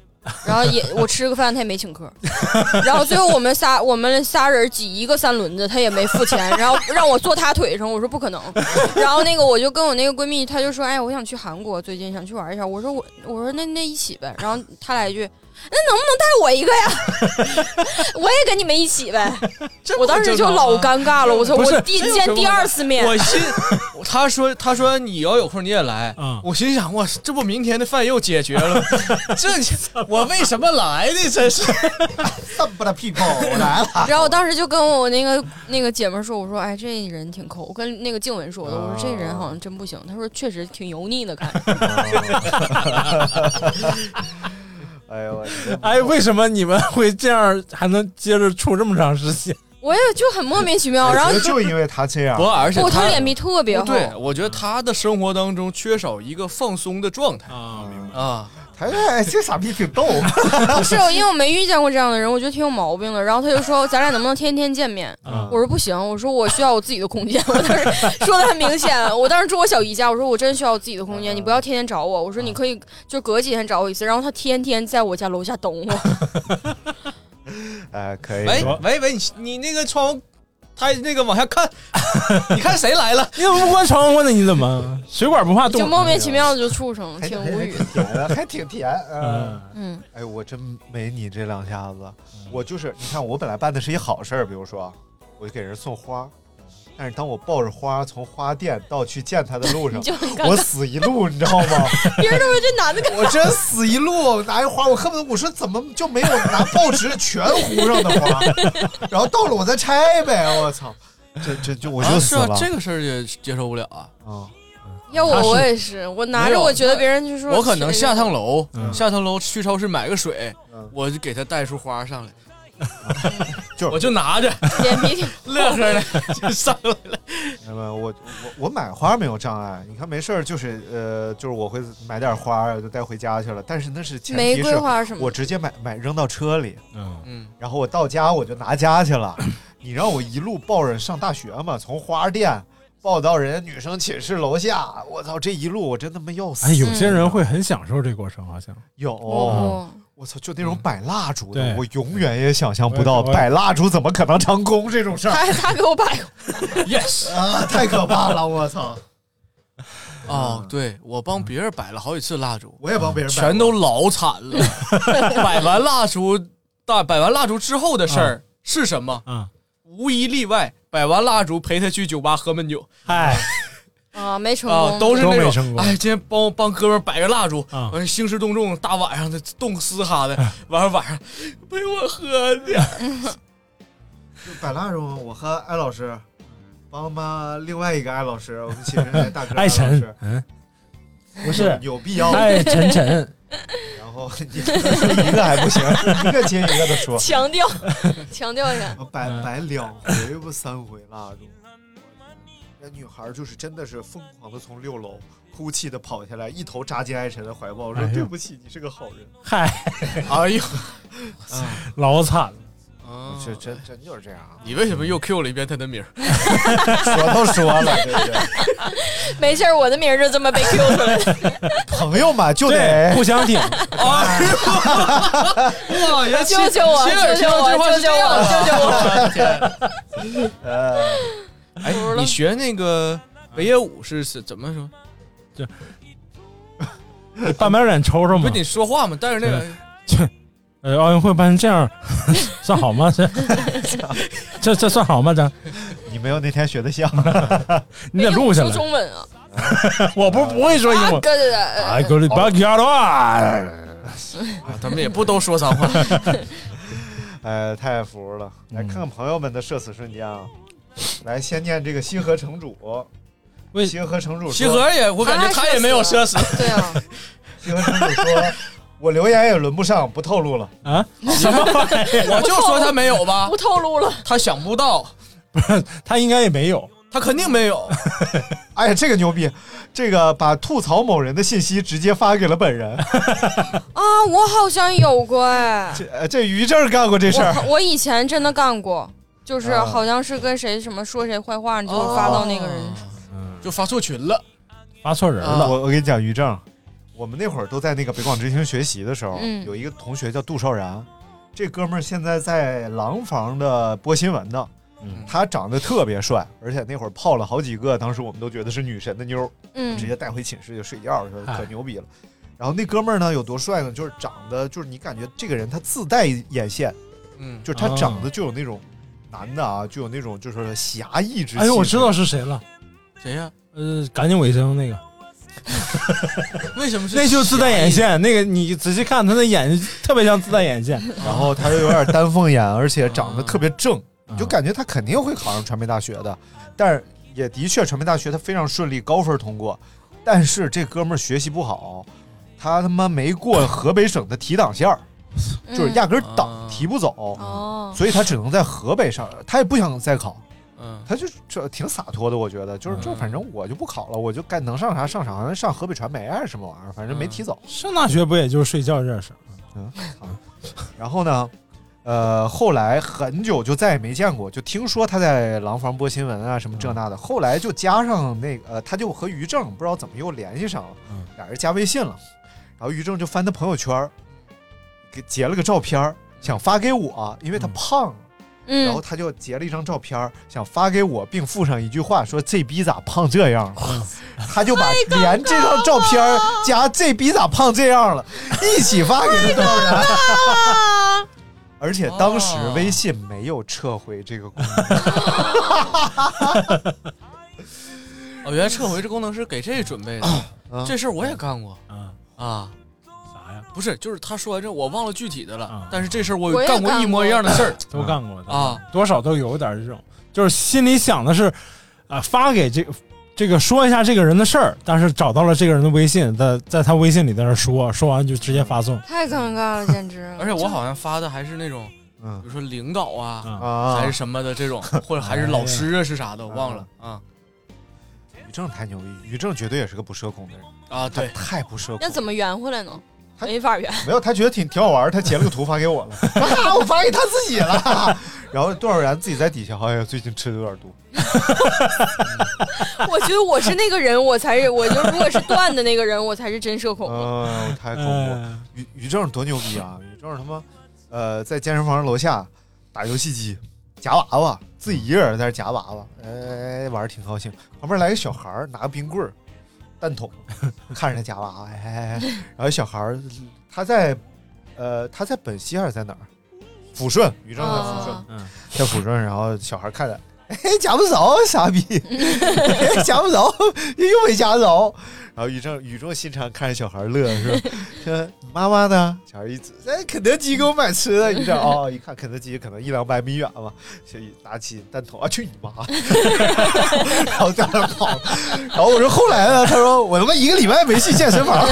然后也我吃个饭，他也没请客， *laughs* 然后最后我们仨我们仨人挤一个三轮子，他也没付钱，然后让我坐他腿上，我说不可能。然后那个我就跟我那个闺蜜，她就说，哎，我想去韩国，最近想去玩一下。我说我我说那那一起呗。然后她来一句，那能不能带我一个呀？ *laughs* 我也跟你们一起呗。 *laughs* 我当时就老尴尬了，我操！
啊不是
我第
这有什
见
么
第二次面，
我心，他说他说你要有空你也来，
嗯
我心想哇，这不明天的饭又解决
*laughs*
了吗，这我为什么来呢？真是，
这么的 people 我 *laughs* 来了。
然后我当时就跟我那个那个姐们儿说，我说哎，这人挺抠。我跟那个静文说的，我说这人好像真不行。她说确实挺油腻的，看着。
哎呦我天！
*laughs* 哎，为什么你们会这样还能接着处这么长时间？
我也就很莫名其妙。
我
然
觉
后
得就因为他哦这样
不，，而且
我他
他
脸皮特别厚，
哦对，我觉得他的生活当中缺少一个放松的状态
啊，
啊，
他哎这傻逼挺逗。
不是因为我没遇见过这样的人，我觉得挺有毛病的。然后他就说咱俩能不能天天见面？
嗯
我说不行，我说我需要我自己的空间。我当时 *laughs* 说的很明显，我当时住我小姨家，我说我真需要我自己的空间，你不要天天找我。我
嗯
说你可以就隔几天找我一次。然后他天天在我家楼下等我。
*laughs*
*laughs*
哎，可以。
喂喂喂，你你那个窗户，他那个往下看， *laughs* 你看谁来了？
你怎么不关窗户呢？你怎么水管不怕冻
就？莫名其妙的就处上了，挺无语的。
甜的，还挺甜。嗯，
嗯，
哎，我真没你这两下子。我就是，你看，我本来办的是一好事儿，比如说，我就给人送花，但是当我抱着花从花店到去见他的路上
*laughs* 你，就很尴
我
尬。
死一路，你知道吗？
别人都说这
*laughs*
男的干
我真死一路，拿一花，我恨不得我说怎么就没有拿报纸全糊上的花， *laughs* 然后到了我再拆呗。我操，这这就我就
啊
死
是啊
了
这个事儿也接受不了啊。
啊！
要我我也是，我拿
没
着
有
我觉得别人就说
我可能下趟
楼。
楼，
嗯
下趟楼去超市买个水
嗯，
我就给他带束花上来，
*laughs* 就是
我就拿 *laughs* 着
*laughs*
脸皮挺
乐呵的就上来了。
那么我我我买花没有障碍，你看没事儿，就是呃，就是我会买点花就带回家去了，但是那是前
玫
提
瑰
是
花什么
我直接买买扔到车里，
嗯，
嗯，
然后我到家我就拿家去了。你让我一路抱着上大学嘛，从花店抱到人家女生寝室楼下，我操，这一路我真他妈要死。
哎，有些人会很享受这过程，好像
有，
哦，
我操，就那种摆蜡烛
嗯
的，
对
我永远也想象不到
我也
摆蜡烛怎么可能成功这种事儿
*laughs* 他他给我摆过，
*laughs* 啊！太可怕了，我操！
哦，对，我帮别人摆了好几次蜡烛，
*laughs* 我也帮别人摆
全都老惨了。摆完蜡烛，大摆完蜡烛之后的事儿是什么？
啊，
无一例外，摆完蜡烛陪他去酒吧喝闷酒
*laughs* 哎，
啊，没成
啊，
功，
都是
都
那
没成
种
功
哎，今天帮帮哥们儿摆个蜡烛，
啊
完了兴师动众，大晚上的冻嘶哈
嗯
的，完了晚上陪我喝
*laughs*
点儿，
摆蜡烛，我和艾老师，帮妈另外一个艾老师，我们寝室那大 *laughs* 哥
艾
老
晨
师，
嗯，不是，
有必要。
哎，晨晨， *laughs*
然后你一个还不行，一个接一个的 *laughs* 说，
*laughs* 强调强调一下，
我摆
嗯
摆哦两回不三回蜡烛。那女孩就是真的是疯狂的从六楼哭泣的跑下来，一头扎进艾晨的怀抱，说
哎：“呦
对不起，你是个好人。
嗨，
哎呦，
老惨了。
啊
嗯
这真真就是这样啊。
你为什么又 Q 了一遍他的名儿？
说都说 *laughs* 了对不对
没事儿，我的名儿就这么被 Q 出来了。
朋友嘛就得
互相挺。
哇，原来
救救我！
切
救救我！
这话
救
是 *laughs*
救
这样
我！救救我！
的天！哎，你学那个北野武是是怎么说？
半边脸抽
不
抽嘛
是，你说话吗？但是那个
这呃奥运会办成这样， *laughs* 算好吗？这这这算好吗？这
你没有那天学的像， *laughs*
你得录下
说
来。
中文啊！
我不是不会说英文。
哥的，
哎，格里巴加罗，
*laughs* 啊他们也不都说脏话。
哎，太服了！来
嗯
看看朋友们的社死瞬间啊！来，先念这个西河城主，西河城主说，
*laughs* 西河也，我感觉他也没有奢侈。
对啊，
西河城主说，我留言也轮不上，不透露了。 *laughs*
啊，
什么玩意儿？我就说他没有 *laughs* 吧
不，透露了。
他想不到，
他应该也没有。
他肯定没有。
哎呀，这个牛逼！这个把吐槽某人的信息直接发给了本人， *laughs*
啊，我好像有过哎，
这呃这于正干过这事儿。
我我以前真的干过，就是
啊
好像是跟谁什么说谁坏话，你就会发到那个人。
*laughs* 就发错群了。
发错人了，
我我跟你讲，于正，我们那会儿都在那个北广之星学习的时候，
嗯
有一个同学叫杜绍然，这哥们儿现在在廊坊的播新闻呢。他长得特别帅，而且那会儿泡了好几个，当时我们都觉得是女神的妞儿，
嗯
直接带回寝室就睡觉去了，
哎
可牛逼了。然后那哥们儿呢有多帅呢？就是长得就是你感觉这个人他自带眼线，
嗯，
就是他长
哦
得就有那种男的啊，就有那种就是侠义之气。
哎呦，我知道是谁了。
谁呀？
呃，赶紧尾声那个，
为什么是？
那就是自带眼。线。那个你仔细看，他那眼睛特别像自带眼线。
然后他又有点丹凤眼，而且长得特别正，
嗯
你就感觉他肯定会考上传媒大学的。但是也的确，传媒大学他非常顺利，高分通过。但是这哥们儿学习不好，他他妈没过河北省的提档线儿，
嗯
就是压根儿档提不走，
哦，
所以他只能在河北上，他也不想再考。
嗯，
他就这挺洒脱的，我觉得，就是这
嗯
反正我就不考了，我就该能上啥上啥，好像上河北传媒啊什么玩意儿，反正没提走。
上大学不也就是睡觉这点事儿？
然后呢，呃，后来很久就再也没见过，就听说他在廊坊播新闻啊，什么这那的。后来就加上那个，呃，他就和于正不知道怎么又联系上了，俩人加微信了。然后于正就翻他朋友圈儿，给截了个照片儿，想发给我，因为他胖。啊然后
嗯，
他就截了一张照片儿，想发给我，并附上一句话说：“这逼咋胖这样了？”他就把连这张照片儿加“这逼咋胖这样了”一起发给他赵然。
啊，
而且当时微信没有撤回这个功能，
哦，原来撤回这功能是给这准 *coughs* 备
啊
的。这事儿我也干过
啊，
啊，
啥呀？
不是，就是他说完这我忘了具体的了
啊，
但是这事儿我
我也
干过
干
一模一样的事
*laughs*
儿
都干过的
啊，
多少都有点这种，就是心里想的是，啊，发给这这个说一下这个人的事儿，但是找到了这个人的微信，在在他微信里在那说，说完就直接发送。
太尴尬了，简直。
而且我好像发的还是那种，比
嗯
如说领导啊，
啊，
哦
啊
还是什么的 *laughs* 这种，或者还是老师啊，是啥的，我忘了啊
于正太牛逼，于正绝对也是个不社恐的人，
啊，
他
*laughs* 对，
太不社恐。
那怎么圆回来呢？
他
没法圆。
没有？他觉得挺挺好玩儿，他截了个图发给我
*laughs*
了，啊，我发给他自己了。 *laughs* 然后段若然自己在底下，哎呀，最近吃的有点多。
*laughs* 我觉得我是那个人，我才是，我就如果是断的那个人，我才是真社恐。
嗯，太恐怖了。
哎
于于正多牛逼啊！于正他妈，呃，在健身房楼下打游戏机，夹娃娃，自己一个人在那夹娃娃，哎，玩的挺高兴。旁边来个小孩儿拿个冰棍儿、弹 *laughs* 筒，看着他夹娃娃，哎哎哎。然后小孩儿他在，呃，他在本溪还是在哪儿？抚顺，于正在抚顺
啊，
嗯，
在抚顺。然后小孩儿看着，哎，夹不着，傻逼，哎 *laughs* 夹不着，又没夹着。然后宇正语重心长看着小孩乐，说：“说妈妈呢？”小孩一指，哎，肯德基给我买吃的。宇正哦，一看肯德基可能一两百米远嘛，所以拿起弹筒啊，去你妈！然后在那跑。然后我说后来呢？他说我他妈一个礼拜没去健身
*laughs*
房。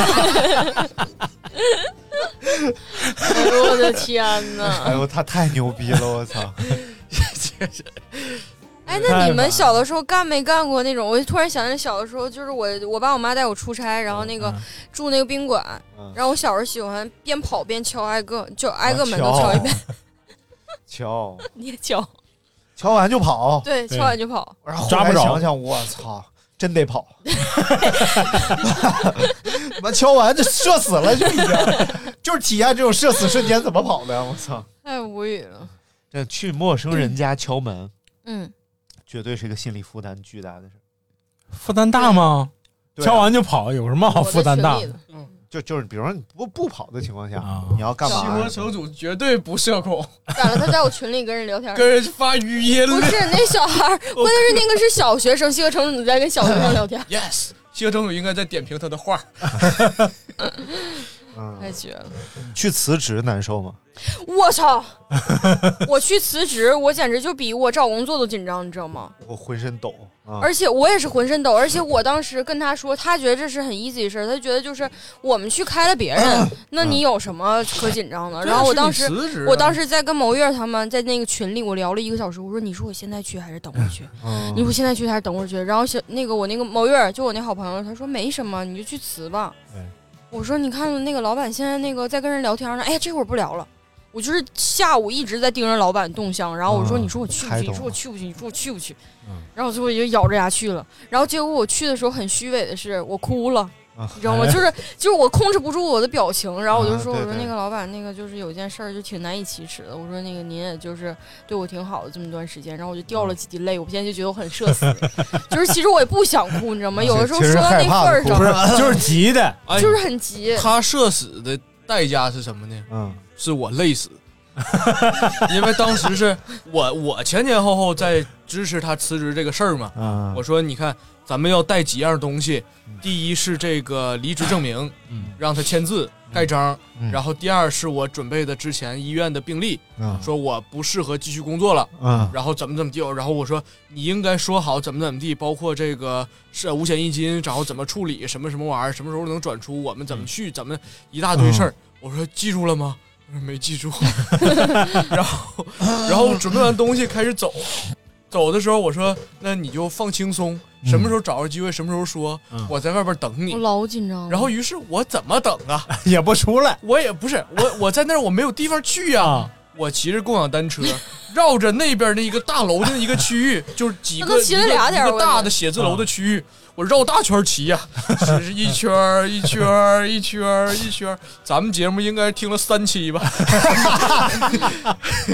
哎呦我的天哪！
*laughs* 哎呦，他太牛逼了，我操！
哎，
太
那你们
难
小的时候干没干过那种？我就突然想起小的时候，就是我我爸我妈带我出差，然后那个住那个宾馆
嗯，
然后我小时候喜欢边跑边敲挨个，就挨个门都
啊
敲一遍。
敲，
你也敲，
敲完就跑，
对，敲完就跑，
然后后来想想，我操，真得跑！他妈敲完就射死了，就已经，就是体验这种射死瞬间怎么跑的，我操！
太无语了。
这去陌生人家敲门，
嗯，
绝对是个心理负担巨大的事。
负担大吗？
对啊
敲完就跑，有什么好负担大？的？
嗯，
就就是，比如说你不不跑的情况下，你要干
西
嘛
摩？手组绝对不社恐，
咋了？他在我群里跟人聊天，
跟人发语音
不是那小孩儿，关键是那个是小学生，西河城你在跟小学生聊天，
Yes，西河城主应该在点评他的画。
太绝了！
去辞职难受吗？
我操！我去辞职，我简直就比我找工作都紧张，你知道吗？
我浑身抖啊！
而且我也是浑身抖，而且我当时跟他说，他觉得这是很 easy 的事儿，他觉得就是我们去开了别人，那你有什么可紧张的？
啊对啊
然后我当时
是你辞职啊，
我当时在跟毛月他们在那个群里，我聊了一个小时，我说你说我现在去还是等会儿去？
嗯
你说我现在去还是等会儿去？然后小那个我那个毛月就我那好朋友，他说没什么，你就去辞吧。
哎
我说你看那个老板现在那个在跟人聊天呢，哎呀这会儿不聊了。我就是下午一直在盯着老板动向，然后我说：“
嗯
你说我去不
太
去？
懂
你说我去不去？你说我去不去？”
嗯
然后最后就咬着牙去了。然后结果我去的时候很虚伪的是，我哭了，
啊
你知道吗？就是就是我控制不住我的表情，然后我就说：“
啊对
我说
对
那个老板，那个就是有一件事儿就挺难以启齿的。我说那个您也就是对我挺好的这么一段时间，然后我就掉
嗯
了几滴泪。我现在就觉得我很社死，就是其实我也不想哭，你知道吗？有的时候
啊其
说
实
到那
害
份
怕
儿上，
不是，就是急的。
哎
就是很急。
他社死的代价是什么呢？
嗯，
是我累 *laughs* 死。因为当时是我我前前后后在支持他辞职这个事儿嘛，
嗯
我说你看咱们要带几样东西，第一是这个离职证明，让他签字盖章，
嗯
然后第二是我准备的之前医院的病历，
嗯
说我不适合继续工作了，
嗯
然后怎么怎么地，然后我说你应该说好怎么怎么地，包括这个是呃五险一金，然后怎么处理，什么什么玩意儿，什么时候能转出，我们怎么去，怎么一大堆事儿。我说记住了吗？他说没记住。然后，然后准备完东西开始走，走的时候我说那你就放轻松，什么时候找着机会什么时候说，我在外边等你
我。老紧张了。
然后于是我怎么等啊？
也不出
*laughs*
来。
*laughs* 我也不是我，我在那儿我没有地方去呀、我骑着共享单车， *laughs* 绕着那边的一个大楼的一个区域， *laughs* 就是几
那
个
都骑了俩点儿
一个一
我
个
觉得
大的写字楼的区域，我绕大圈儿骑呀、 *laughs* 就是一圈儿一圈儿一圈儿一圈儿。咱们节目应该听了三期吧，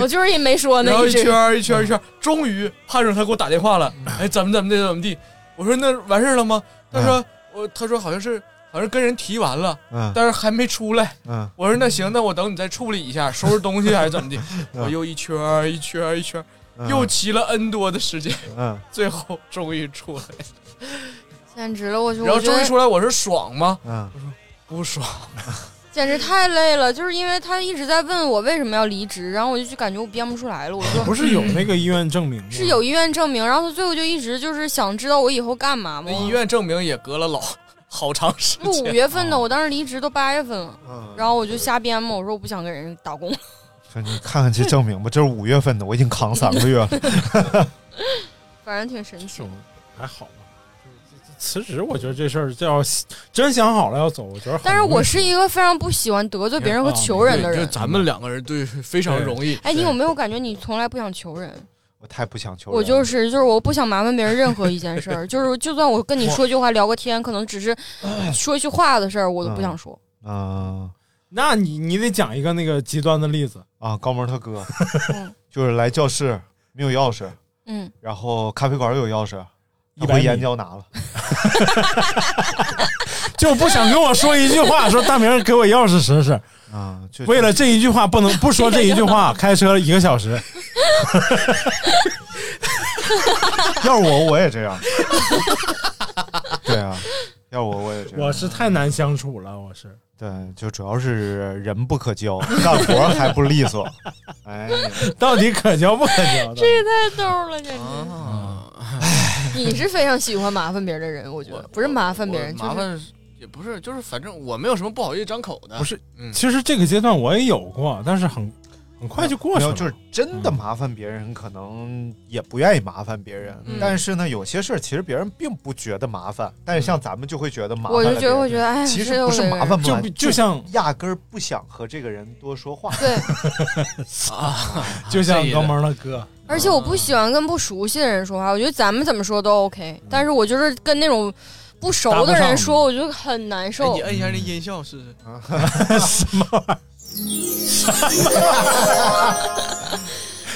我就是也没说呢
然，后一
直
圈儿一圈儿一
嗯
圈儿，终于盼着他给我打电话了，哎，怎么怎么的怎么地？我说那完事儿了吗？他说我他说好像是好像跟人提完了，
嗯
但是还没出来。
嗯
我说那行，那我等你再处理一下，收拾东西还是怎么的？我又一圈儿一圈儿一圈儿，
嗯
又骑了 N 多的时间，
嗯
最后终于出来了。
简直了！我就
然后
我觉得
终于出来，我说爽吗？
嗯，
不爽。
简直太累了，就是因为他一直在问我为什么要离职，然后我就去感觉我编不出来了。我说
不是有那个医院证明吗？
是有医院证明，然后他最后就一直就是想知道我以后干嘛嘛。
那医院证明也隔了老好长时
不
间，
五月份的，我当时离职都八月份了，
嗯
然后我就瞎编嘛，我说我不想给人打工。
说你看看这证明吧， *laughs* 这是五月份的，我已经扛三个月了。
反正挺神奇。
还好吧。辞职，我觉得这事儿就要真想好了要走，我觉得很容易。
但是我是一个非常不喜欢得罪别人和求人的
对
人
就。咱们两个人对非常容易。
哎，你有没有感觉你从来不想求人？
*laughs* 我太不想求人了，
我就是就是我不想麻烦别人任何一件事儿，就是就算我跟你说句话聊个天，可能只是说一句话的事儿，我都不想说。
嗯
那你你得讲一个那个极端的例子，
啊，高萌他哥
嗯，
就是来教室没有钥匙，
嗯，
然后咖啡馆有钥匙，
一
他
百米
回燕郊拿了，
就不想跟我说一句话，说大明给我钥匙试试。
啊，就
为了这一句话，不 *laughs* 能不说这一句话，开车一个小 *laughs* 时。
要是我我也 *laughs* 这样，对啊，要是我我也这样，
我是太难相处了，我是。
对，就主要是人不可交，干活还不利 *laughs* 索，哎呀，
到底可交不可交
这
的？
也太逗了，
啊
简
啊
直！你是非常喜欢麻烦别人的人，我觉得不是麻烦别人，
麻
就是
烦也不是，就是反正我没有什么不好意思张口的。
不是，
嗯，
其实这个阶段我也有过，但是很很快就过去
没
了。
有，就是真的麻烦别人，可能也不愿意麻烦别人。
嗯
但是呢，有些事儿其实别人并不觉得麻烦，但是像咱们就会觉得麻烦
我
了别人。
就觉得会觉得哎呀
其
这
实
又
不是
得
麻烦
就
嘛，
就像
压根儿不想和这个人多说话。
对，
啊，就像高萌的 *laughs* 歌，
而且我不喜欢跟不熟悉的人说话，我觉得咱们怎么说都 OK，但是我就是跟那种不熟的人说，我就很难
哎
受
你。摁一下那
嗯
音效试试。
什 *laughs* 么玩意儿？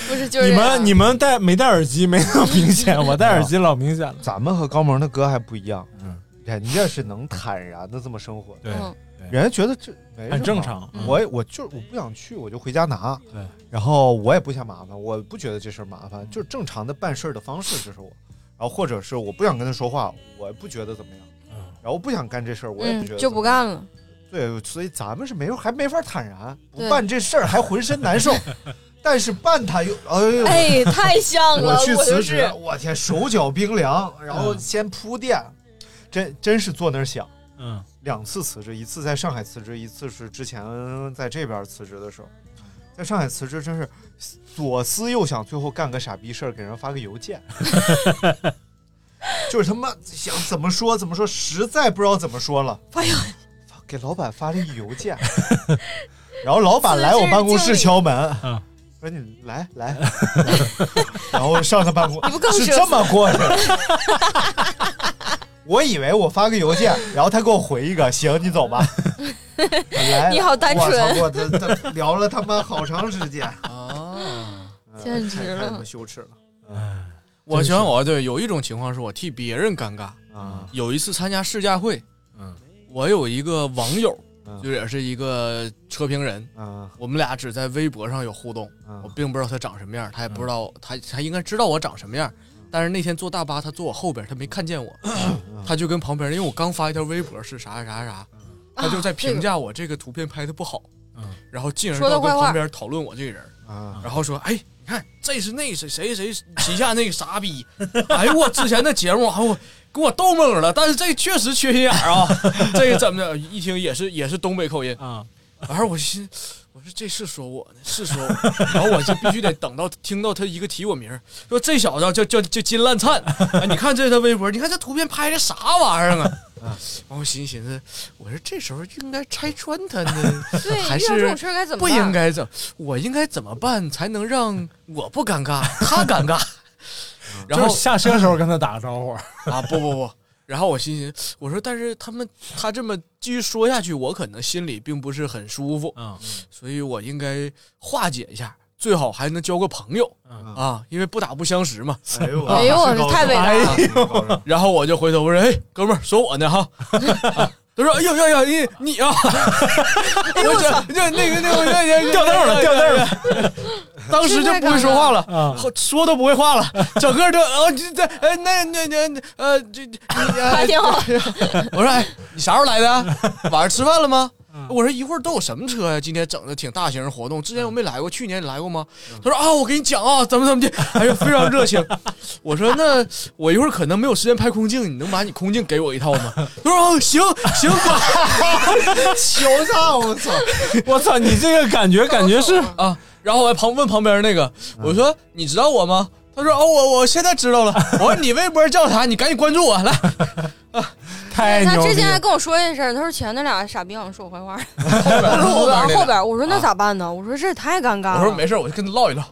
不是，就是
你
这样
们你们戴没戴耳机没那么明显，我戴耳机老明显了。
咱们和高萌的歌还不一样，
嗯
人家是能坦然的这么生活，
*laughs* 对嗯
人家觉得这没什么
很正常嗯
我也我就是我不想去，我就回家拿。
对，
然后我也不嫌麻烦，我不觉得这事儿麻烦，就是正常的办事儿的方式，这是我。然后或者是我不想跟他说话，我也不觉得怎么样。
嗯
然后我不想干这事儿，我也不觉得、
嗯，就不。干了。
对，所以咱们是没有还没法坦然，不
对
办这事儿还浑身
*laughs*
难受，但是办他又哎呦，
哎，太像了，
我去
就
辞职
是，
我天，手脚冰凉，然后先铺垫，真真是坐那儿想。
嗯，
两次辞职，一次在上海辞职，一次是之前在这边辞职的时候，在上海辞职真是左思右想，最后干个傻逼事儿，给人发个邮件，就是他妈想怎么说怎么说，实在不知道怎么说了，发邮给老板发了一邮件， *laughs* 然后老板来我办公室敲门，说你来来，然后上他办公，
不更
是
社
这么过去的。 *laughs* 我以为我发个邮件，然后他给我回一个，行，你走吧。来，
*laughs* 你好单纯
我操，我这这聊了他妈好长时 *laughs* 间啊，
简直了
太太他妈羞耻了。
我喜欢我对有一种情况是我替别人尴尬
啊。
有一次参加试驾会，
嗯，
我有一个网友
嗯，
就也是一个车评人，
啊，
我们俩只在微博上有互动，
嗯
我并不知道他长什么样，他也不知道他他应该知道我长什么样，
嗯
但是那天坐大巴他坐我后边，他没看见我，他就跟旁边人，因为我刚发一条微博是啥啥啥，
嗯
他
啊
就在评价我这个图片拍的不好，然后进而
说他
到跟
坏话
旁边讨论我这个人，
啊，
然后说哎。你看，这是那谁谁谁旗下那个傻逼，哎呦我之前的节目，哎我给我逗懵了，但是这确实缺心眼儿啊，这个怎么的？一听也是也是东北口音
啊。
然后我心，我说这是说我呢，是说我， *laughs* 然后我就必须得等到听到他一个提我名儿，说这小子叫叫叫金烂灿、啊，你看这是他微博，你看这图片拍的啥玩意儿啊？完我寻思寻思，我说这时候应该拆穿他呢，
对
还
遇到这
是
种事儿该怎么
不
办
应该怎？我应该怎么办才能让我不尴
*laughs*
尬，他尴尬？然后
嗯就是下车的时候跟他打个招呼，
啊，不不不，然后我心寻，我说，但是他们他这么继续说下去，我可能心里并不是很舒服，
嗯，
所以我应该化解一下，最好还能交个朋友，
嗯
啊，因为不打不相识嘛。
哎呦
哎呦我
是高
太伟大了
哎呦
然后我就回头我说，哎，哥们儿，说我呢哈。啊他说：“哎呦呦呦，你
*laughs*
你啊！
哎
我这这那个那个那个
掉豆儿了掉豆儿了，
当时就不会说话了，
啊
后说都不会
*laughs*
话了，整个就啊这这哎那那那呃这你
还挺好。
*laughs* 我说哎，你啥时候来的？
*laughs*
晚上吃饭了吗？
嗯
我说一会儿都有什么车呀、今天整的挺大型活动，之前我没来过，去年你来过吗？
嗯
他说啊，我给你讲啊，怎么怎么的， *laughs* 哎呀，非常热情。我说那我一会儿可能没有时间拍空镜，你能把你空镜给我一套吗？他说哦，行
*laughs*
行，
求上我操！
*laughs* 我操，你这个感觉感觉是
啊，然后我还旁问旁边那个，
嗯
我说你知道我吗？他说哦，我我现在
*laughs*
知道了。我说你微博叫啥？你赶紧关注我来。
太
哎他
哎牛
之
逼
前还
了。
跟我说这事儿，他说前那俩傻逼好像说我坏话，
*laughs*
后边
我说我
边
然后
那
后
个
边啊我说那咋办呢？我说这也太尴尬了。
我说没事儿，我就跟他唠一唠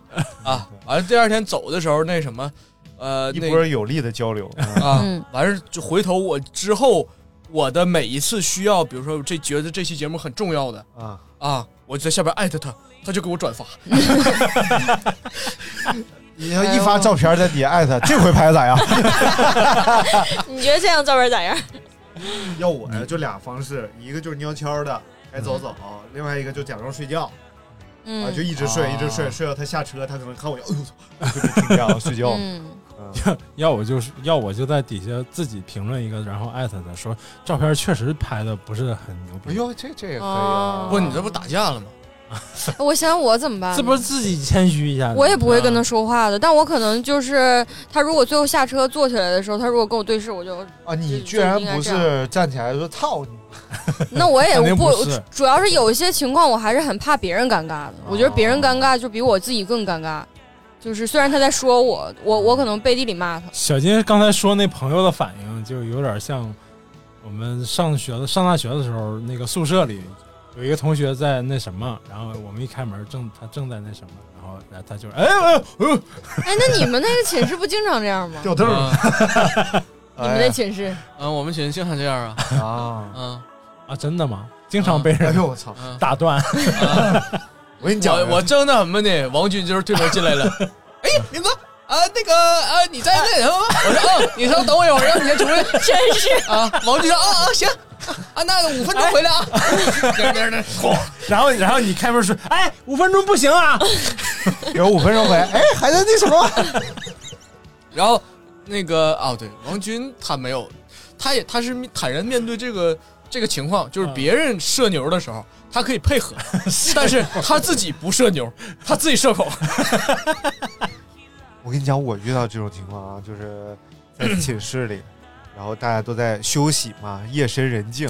啊。完了第二天走的时候，那什么，呃，
一
那
波有力的交流，
啊
嗯，
完事儿就回头我之后我的每一次需要，比如说这觉得这期节目很重要的
啊，
啊，我在下边艾特他，他就给我转发。
哦
你要一发照片在底下艾特，这回拍的咋样？
你觉得这张照片咋样？
*laughs* 要我呀，就俩方式，一个就是悄悄的，该走走；另外一个就假装睡觉啊，就
嗯
一直睡，一直睡，睡到他下车，他可能看我，哎呦，我 *laughs* 操就被听见了，睡觉。
嗯，
*laughs* 要我就是要我就在底下自己评论一个，然后艾特他说照片确实拍的不是很牛
哎
逼，
呦，这这也可以
哦
啊！
不，你这不打架了吗？
哎我想我怎么办呢？
这不是 *laughs* 自己谦虚一下？
我也不会
啊
跟他说话的，但我可能就是他如果最后下车坐起来的时候，他如果跟我对视，我就
啊，你居然不是站起来说操你
那我也
肯定
不
不是
主要是有一些情况，我还是很怕别人尴尬的。我觉得别人尴尬就比我自己更尴尬。就是虽然他在说我，我我可能背地里骂他， *laughs*
小金刚才说那朋友的反应，就有点像我们上学的上大学的时候，那个宿舍里有一个同学在那什么，然后我们一开门正他正在那什么，然后然后他就哎哎哎
哎，那你们那个寝室不经常这样吗？
掉凳儿了，
你
哎
们那寝室，
嗯，啊我们寝室经常这样啊。
*laughs* 啊，
嗯
啊真的吗？经
啊
常被人
哎呦我
操
打断， *laughs*
啊我跟
你讲
我正那什么呢，王军就是推门进来了。哎，明哥啊，那个啊，你在那什么？我说哦，你稍等我一会儿，让你先出去。
真是
啊，王军说啊啊行，啊那五分钟回来啊。 *laughs*
然后然后你开门说哎五分钟不行啊，
有五分钟回来，哎还在那什么？
*laughs* 然后那个啊，对，王军他没有，他也他是坦然面对这个这个情况，就是别人射牛的时候，他可以配合，但是他自己不射牛，他自己射狗。
我跟你讲，我遇到这种情况啊，就是 *clears throat* 在寝室里，然后大家都在休息嘛，夜深人静。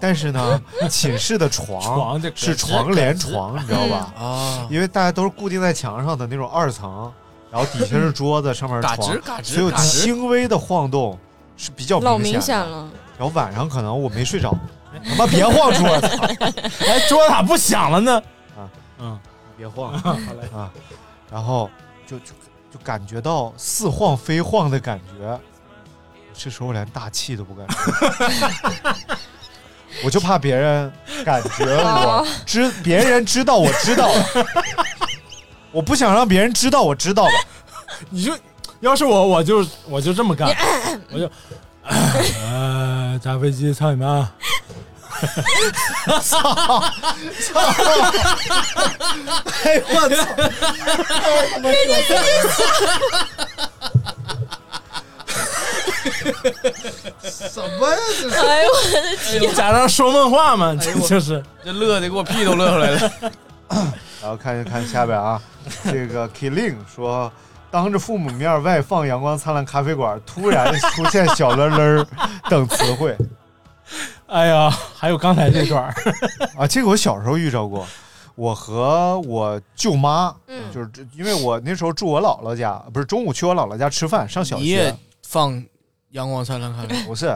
但是呢，寝室的床
床这个
是床帘
*laughs*
床，你知道吧？
嗯
啊，
因为大家都是固定在墙上的那种二层，然后底下
*clears throat*
是桌子，上面是
嘎
床
吱嘎，吱
所以有
嘎吱
轻微的晃动是比较
老
显
明显
的。
了，
然后晚上可能我没睡着，他妈别晃桌子，
哎桌子咋不响了呢？
啊，
嗯，
*laughs* 别晃啊，然后就就就感觉到似晃非晃的感觉，这时候我连大气都不敢出，我就怕别人感觉我
哦
知，别人知道我知道了，我不想让别人知道我知道了。
你就要是我，我就我就这么干，我就呃，炸飞机，操你妈！
操！哎呦我操！什么呀？这是
哎呦我的天，
假装说梦话嘛，这就是
这乐的给我屁都乐出来了。
然后看看下边
*laughs*
啊，这个 Killing 说，当着父母面外放阳光灿烂咖啡馆，突然出现小乐乐儿 *laughs* 等词汇
哎呀，还有刚才这段儿，
啊，这个我小时候遇着过。我和我舅妈，
嗯
就是这因为我那时候住我姥姥家，不是中午去我姥姥家吃饭，上小
你
学啊
也。放阳光灿烂 *laughs* 咖啡，
不是，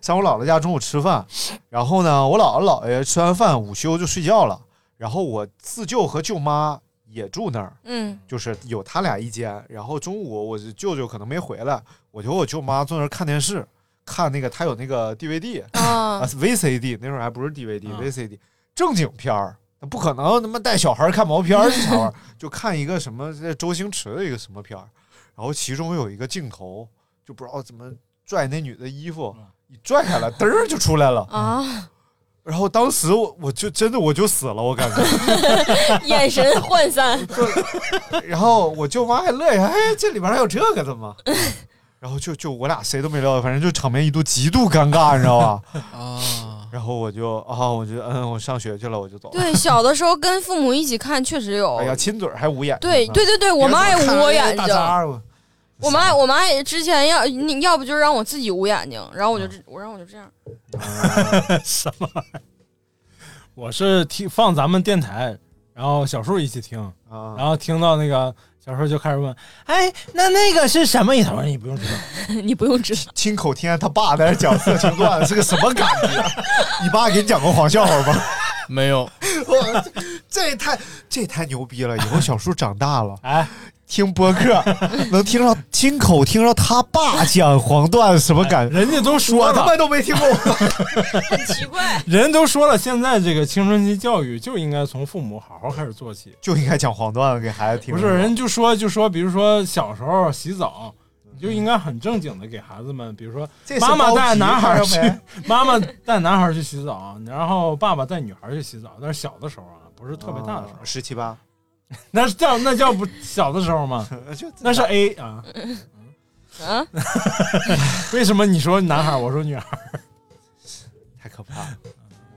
上我姥姥家中午吃饭，然后呢，我姥姥姥爷吃完饭午休就睡觉了，然后我四舅和舅妈也住那儿，
嗯，
就是有他俩一间，然后中午我舅舅可能没回来，我就和我舅妈坐那儿看电视，看那个他有那个 DVD
啊
啊 VCD，那时候还不是 DVD，VCD、正经片儿。那不可能，他妈带小孩儿看毛片儿，这小孩儿就看一个什么这周星驰的一个什么片儿，然后其中有一个镜头，就不知道怎么拽那女的衣服，一拽开来，嘚儿就出来了。
啊，
然后当时我我就真的我就死了，我感觉。
啊眼神涣散，
然后我舅妈还乐意，哎，这里边还有这个的吗？然后就就我俩谁都没料到，反正就场面一度极度尴尬，你知道吧？
啊，
然后我就啊，我就嗯，我上学去了，我就走了。
对，小的时候跟父母一起看确实有
哎，呀，亲嘴儿还捂眼睛呢。
对对对对，我妈也捂我眼睛
大，渣儿我
我妈我妈也之前要你要不就让我自己捂眼睛，然后我就这我让我就这样， *laughs*
什么玩意儿？我是听放咱们电台，然后小树一起听，
啊
然后听到那个小树就开始问，哎，那那个是什么？一头你不用知道，
你不用知道，
亲口听见他爸在那讲色情段子，是个什么感觉？你爸给你讲过黄笑话吗？
没有，
我 *laughs* 这也太这也太牛逼了！以后小叔长大了，
哎，
听播客
*laughs*
能听到亲口听到他爸讲黄段子什么感觉？
哎人家都说
我他妈
了，
都没听过。
很奇怪，
人都说了，现在这个青春期教育就应该从父母好好开始做起。
*laughs* 就应该讲黄段子给孩子听。
不是，人就说就说，比如说小时候洗澡，你就应该很正经的给孩子们，比如说
这是
妈妈
包
带
皮
男孩
看
去
着没，*laughs*
*laughs* 妈妈带男孩去洗澡，然后爸爸带女孩去洗澡。但是小的时候啊，不是特别大的时候，
嗯十七八，
*laughs* 那是叫那叫不小的时
*laughs*
候吗？
就
那是 A 啊。
啊，
为什么你说男孩，我说女孩？
太可怕了。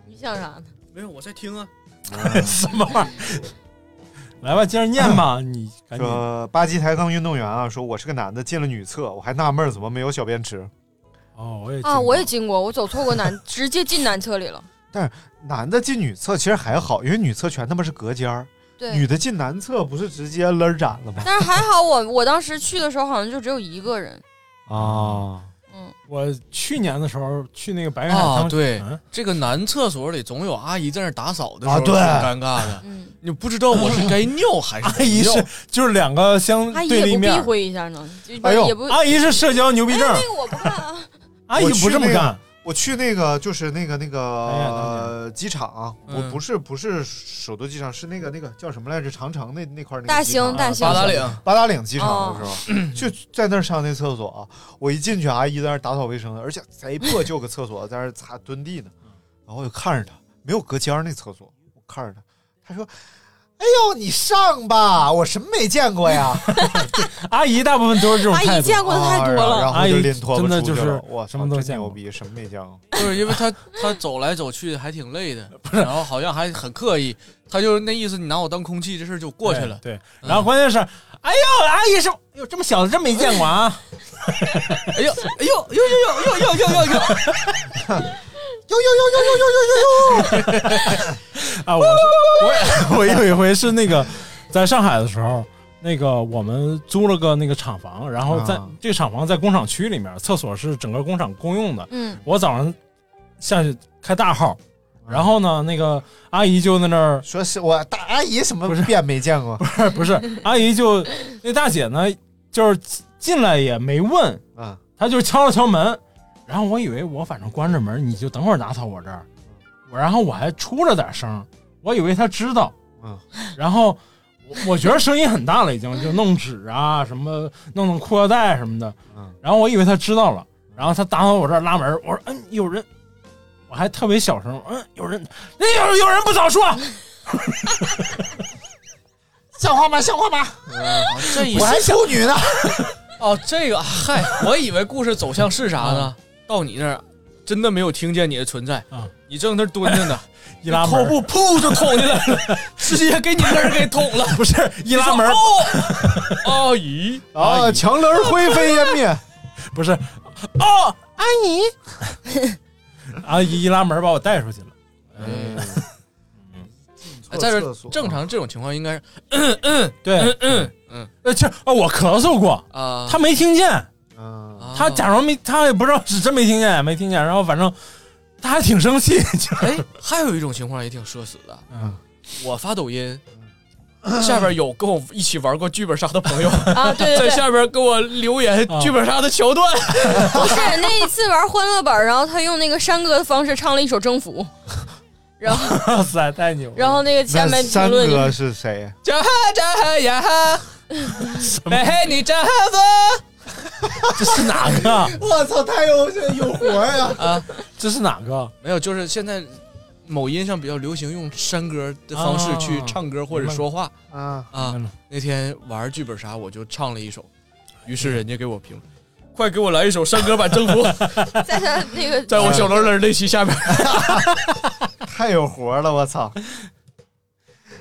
你想啥呢？
没有，我在听啊。
什么玩意儿？ *laughs* 来吧，接着念吧，哎你赶紧。
说巴基抬杠运动员啊，说我是个男的，进了女厕，我还纳闷儿怎么没有小便池。
哦，我也
啊，我也经过，我走错过男， *laughs* 直接进男厕里了。
但是男的进女厕其实还好，因为女厕全他妈是隔间儿，
对
女的进男厕不是直接勒展了吗？
但是还好我，我当时去的时候好像就只有一个人。嗯
啊，
我去年的时候去那个白云海
啊，
滩，
对
嗯，
这个男厕所里总有阿姨在那打扫的时候，
啊对
挺尴尬的。
嗯
你不知道我是该尿还是
阿姨是就是两个相
阿姨
对
也
立
不
面
避。讳一下呢，就
哎呦
也不哎
阿姨是社交牛逼症，
啊
阿姨
我去
不这么
那个
干。
我去那个就是那个那个、
哎
呃机场啊，我
嗯
不是不是首都机场，是那个那个叫什么来着？长城那那块儿那个
大
机
兴
场啊
大兴八达岭
八达岭机场的时候，
哦
就在那儿上那厕所啊、我一进去，阿姨在那儿打扫卫生呢，而且贼破旧个厕所，在那儿擦蹲地呢。然后我就看着她，没有隔间儿那厕所，我看着她，她说：“哎呦，你上吧，我什么没见过呀。”
阿姨大部分都是这种
阿姨
态度
见 *laughs* 过的太多了
啊然后
阿
就
姨
拎拖
真
把
的
出去
就是
了我
什么
操
都
真
见过
牛逼，什么没见过。
就是因为他他走来走去还挺累的，然后好像还很刻意，他就是那意思，你拿我当空气，这事儿就过去了。
对，然后关键是，哎呦，阿姨是，哎呦，这么小的真没见过啊！
哎呦，哎呦，呦呦呦呦呦呦呦呦，
呦呦呦呦呦呦呦呦！
啊，我是 *laughs* 我我有一回是那个在上海的时候，那个我们租了个那个厂房，然后在、
啊
这个厂房在工厂区里面，厕所是整个工厂公用的。
嗯
我早上下去开大号，然后呢，那个阿姨就在那儿
说是我大阿姨什么遍没见过，
不是不是，阿姨就那大姐呢，就是进来也没问，
啊，
她就敲了敲门，然后我以为我反正关着门，你就等会儿打扫我这儿，我然后我还出了点声，我以为她知道，
嗯，
然后我我觉得声音很大了，已经就弄纸啊什么，弄弄裤腰带什么的，
嗯，
然后我以为她知道了，然后她打扫我这儿拉门，我说嗯有人，我还特别小声，嗯有人，那有有人不早说，
像话吗？像话吗？
这一
我还处女呢，
哦，这个嗨，我以为故事走向是啥呢？到你那儿真的没有听见你的存在
啊，
你正在那儿蹲着呢，
*laughs* 一拉
头
门
部噗就捅进来
*laughs*
了，直接给你那儿给捅了。
不是一拉门
你说哦哦，阿姨，
啊，墙棱灰飞烟 *laughs* 灭，
不是，哦，阿姨， *laughs* 阿姨啊一拉门把我带出去了。
哎在这
厕
儿
所
正常这种情况应该是
对，
嗯嗯
呃，这哦，我咳嗽过，
啊，
他没听见，
嗯，
啊
他假装没，他也不知道是真没听见，没听见，然后反正他还挺生气， *laughs* 就是
哎，还有一种情况也挺社死的，
嗯
我发抖音。
嗯
下边有跟我一起玩过剧本杀的朋
*laughs*
友，
啊，对
在
对对，
下边给我留言
啊
剧本杀的桥段， *laughs*
不是那一次玩欢乐本，然后他用那个山歌的方式唱了一首《征服》，然后
哇塞，太牛了。
然后那个下
那
面
三
评论就
哥
是
是谁？
扎扎呀哈，美你扎子
*laughs* 这是哪个？
我操，太有有活呀！
啊，
这是哪个？
没有，就是现在某音上比较流行用山歌的方式去唱歌或者说话
啊，
啊
明白了。
那天玩剧本杀，我就唱了一首，于是人家给我评论。快给我来一首山歌版《征服》， *laughs*
在他那个
在我小楼人那期下面。
太有活了，我操！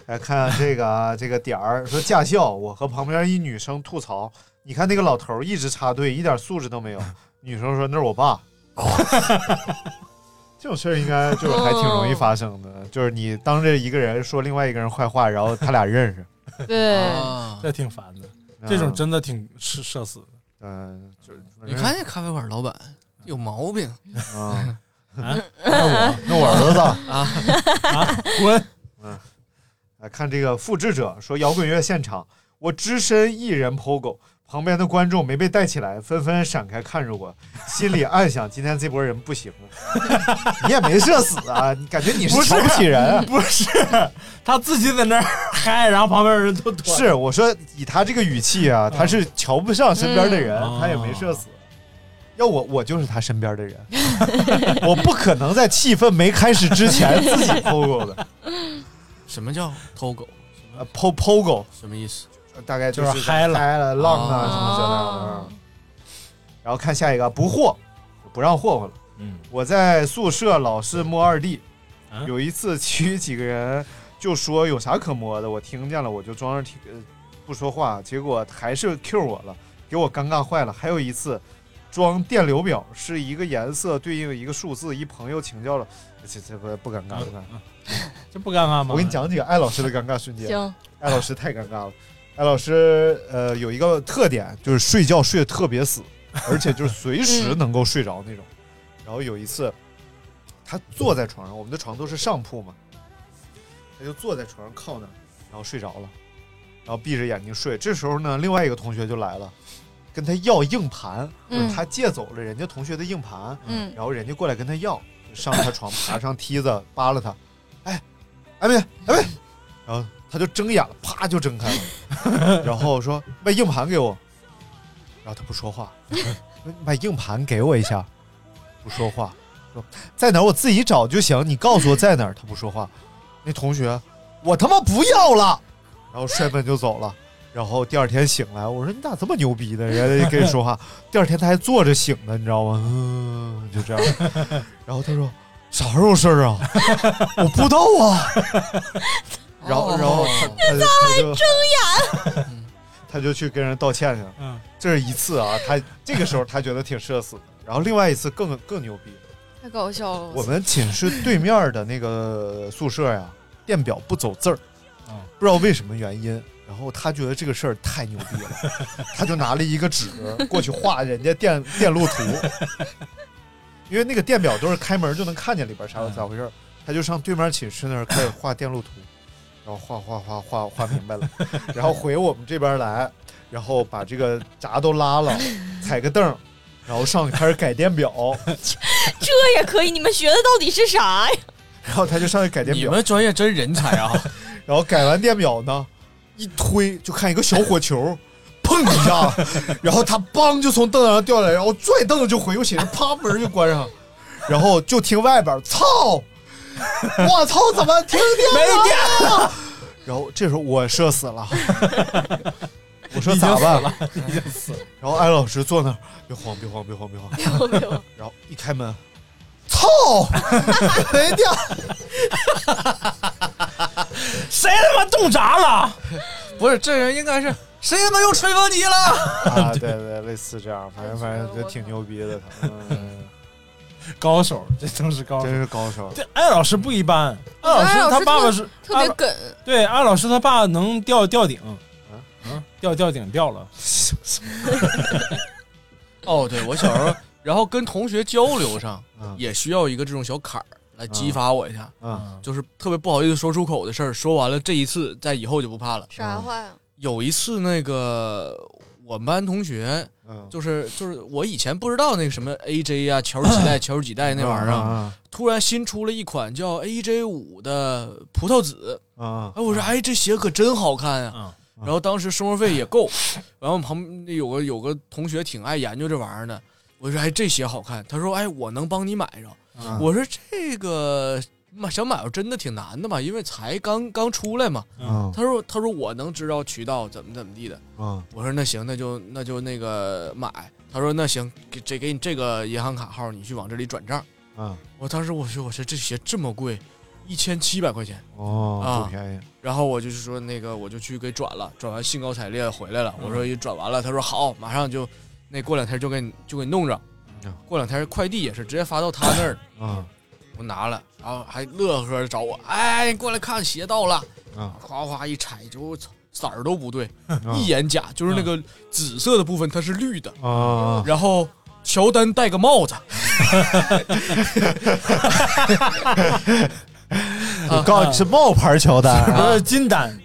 来看看这个啊， *laughs* 这个点儿说驾校，我和旁边一女生吐槽，你看那个老头儿一直插队，一点素质都没有。女生说那是我爸。 *laughs* 这种事儿应该就是还挺容易发生 *laughs* 的，就是你当着一个人说另外一个人坏话，然后他俩认识，
对，
啊
这挺烦的，这种真的挺社社死的。
嗯，就是
你看那咖啡馆老板有毛病
啊，
那我
*laughs* 那我儿子。
啊！
滚！
来看这个复制者说，摇滚乐现场，我只身一人 POGO，旁边的观众没被带起来，纷纷闪开看着我，心里暗想：今天这波人不行了。 *laughs* 你也没社死啊，你感觉你是
不是
瞧不起人啊？
不是，他自己在那儿嗨，然后旁边人都躲
是，我说以他这个语气啊，他是瞧不上身边的人，
嗯
他也没社死。要我，我就是他身边的人， *laughs* 我不可能在气氛没开始之前自己 POGO 的。
什么叫偷狗？
呃，PO POGO
什么意思？
大概就
就是嗨了
嗨了、浪啊
哦
什么之类的。嗯然后看下一个，不霍，不让霍霍了。
嗯，
我在宿舍老是摸二弟
啊，
有一次其余几个人就说有啥可摸的，我听见了，我就装着听呃不说话，结果还是 Q 我了，给我尴尬坏了。还有一次，装电流表，是一个颜色对应一个数字。一朋友请教了，这这不不尴尬，不尴
啊
尬。
这不尴尬吗？
我给你讲几个艾老师的尴尬瞬
啊
间。
行，
艾老师太尴尬了。艾老师呃有一个特点，就是睡觉睡得特别死，而且就是随时能够睡着那种。然后有一次，他坐在床上，我们的床都是上铺嘛，他就坐在床上靠那儿，然后睡着了，然后闭着眼睛睡。这时候呢，另外一个同学就来了。跟他要硬盘，
嗯
就是他借走了人家同学的硬盘，
嗯
然后人家过来跟他要，上他床爬上梯子扒拉他，哎，艾米，艾米，然后他就睁眼了，啪就睁开了，然后说把硬盘给我，然后他不说话，把硬盘给我一下，不说话，说在哪儿我自己找就行，你告诉我在哪儿，他不说话，那同学我他妈不要了，然后摔门就走了。然后第二天醒来，我说你咋这么牛逼呢？人家就跟你说话。第二天他还坐着醒的，你知道吗？嗯，就这样。 *laughs* 然后他说啥时候事儿啊？我不知道啊。然后，然后他他就他就他就去跟人道歉去了。
嗯，
这是一次啊，他这个时候他觉得挺社死的。然后另外一次更更牛逼，
太搞笑了。
我们寝室对面的那个宿舍呀，电表不走字儿，不知道为什么原因。然后他觉得这个事儿太牛逼了， *laughs* 他就拿了一个纸过去画人家电 *laughs* 电路图，因为那个电表都是开门就能看见里边啥咋回事儿，他就上对面寝室那儿开始画电路图，然后画画画画画明白了， *laughs* 然后回我们这边来，然后把这个闸都拉了，踩个凳儿，然后上去开始改电表，
*laughs*
*laughs*
这也可以？你们学的到底是啥呀？
然后他就上去改电表。
你们
专业真人才
*laughs*
啊！然后改完电表呢，一推就看一个小火球， *laughs* 砰一下，然后他梆就从凳子上掉下来，然后拽凳子就回，我寝室啪门就关上，然后就听外边 *laughs* 操，我操，怎么停电了？然后这时候我社死 *laughs* 了，我说咋办？
已经死了，
然后艾老师坐那儿，别慌，别慌，别慌，别
*laughs*
慌，
别慌。
然后一开门， *laughs* 操！没掉，
谁他妈冻闸了？
不是，这人应该是谁他妈用吹风机了？
啊，对对，类似这样，反正反正就挺牛逼的，他嗯，
高手，这都是高手，
真是高手。
这艾老师不一般，艾老
哎
师他爸爸是
特特别
爸
梗，
对，艾老师他爸能吊吊顶，啊，吊吊顶掉了，
哦，对，我小时候，然后跟同学交流上也需要一个这种小坎儿来激发我一下，
嗯，
就是特别不好意思说出口的事儿，说完了这一次，在以后就不怕了。
啥话呀？
有一次那个我们班同学，
嗯
就是就是我以前不知道那个什么 AJ 啊，乔十几 *clears throat* 代、乔十几代那玩意
嗯
儿
嗯
啊
嗯，
突然新出了一款叫 AJ 五的葡萄紫，
啊嗯
哎，我说哎这鞋可真好看啊。然后当时生活费也够，然后旁边有个有个同学挺爱研究这玩意儿的，我说哎这鞋好看，他说哎我能帮你买着，
嗯
我说这个买想买着真的挺难的吧，因为才刚刚出来嘛。
嗯
他说他说我能知道渠道怎么怎么地的。
嗯
我说那行那就那就那个买。他说那行给这给你这个银行卡号，你去往这里转账。
嗯，
我当时我说我说这鞋这么贵，一千七百块钱
哦，
啊
不便宜，
然后我就是说那个我就去给转了，转完兴高采烈回来了。
嗯
我说一转完了，他说好，马上就那过两天就给你就给你弄着。过两天快递也是直接发到他那儿。
嗯
我拿了，然后还乐呵着找我，哎，你过来看鞋到了，
嗯
哗哗一踩就我操色儿都不对，
嗯
一眼假，就是那个紫色的部分它是绿的，
啊，
然后乔丹戴个帽子，
我告诉你是冒牌乔丹
*laughs*
啊，
呃，金丹，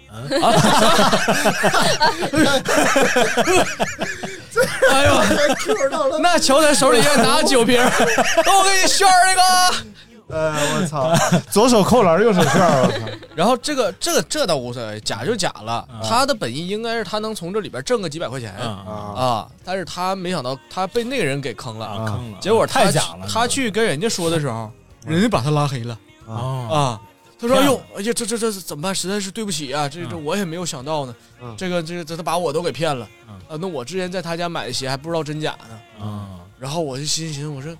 哎呦，那乔丹手里要拿
*laughs*
酒瓶儿，我给你炫一个。
呃，我操， *laughs* 左手扣篮，右手券，我操，
然后这个这个这倒无所谓，假就假了。
啊
他的本意应该是他能从这里边挣个几百块钱啊，但是他没想到他被那个人给坑了，
坑了
结果他
啊太
去
假了嗯
他去跟人家说的时候，人家把他拉黑了
哦
啊。他说：“哎呦，哎呀，这这这怎么办？实在是对不起啊，这这我也没有想到呢。这个这个这他把我都给骗了啊！那我之前在他家买的鞋还不知道真假呢。
嗯，
然后我就心寻，我说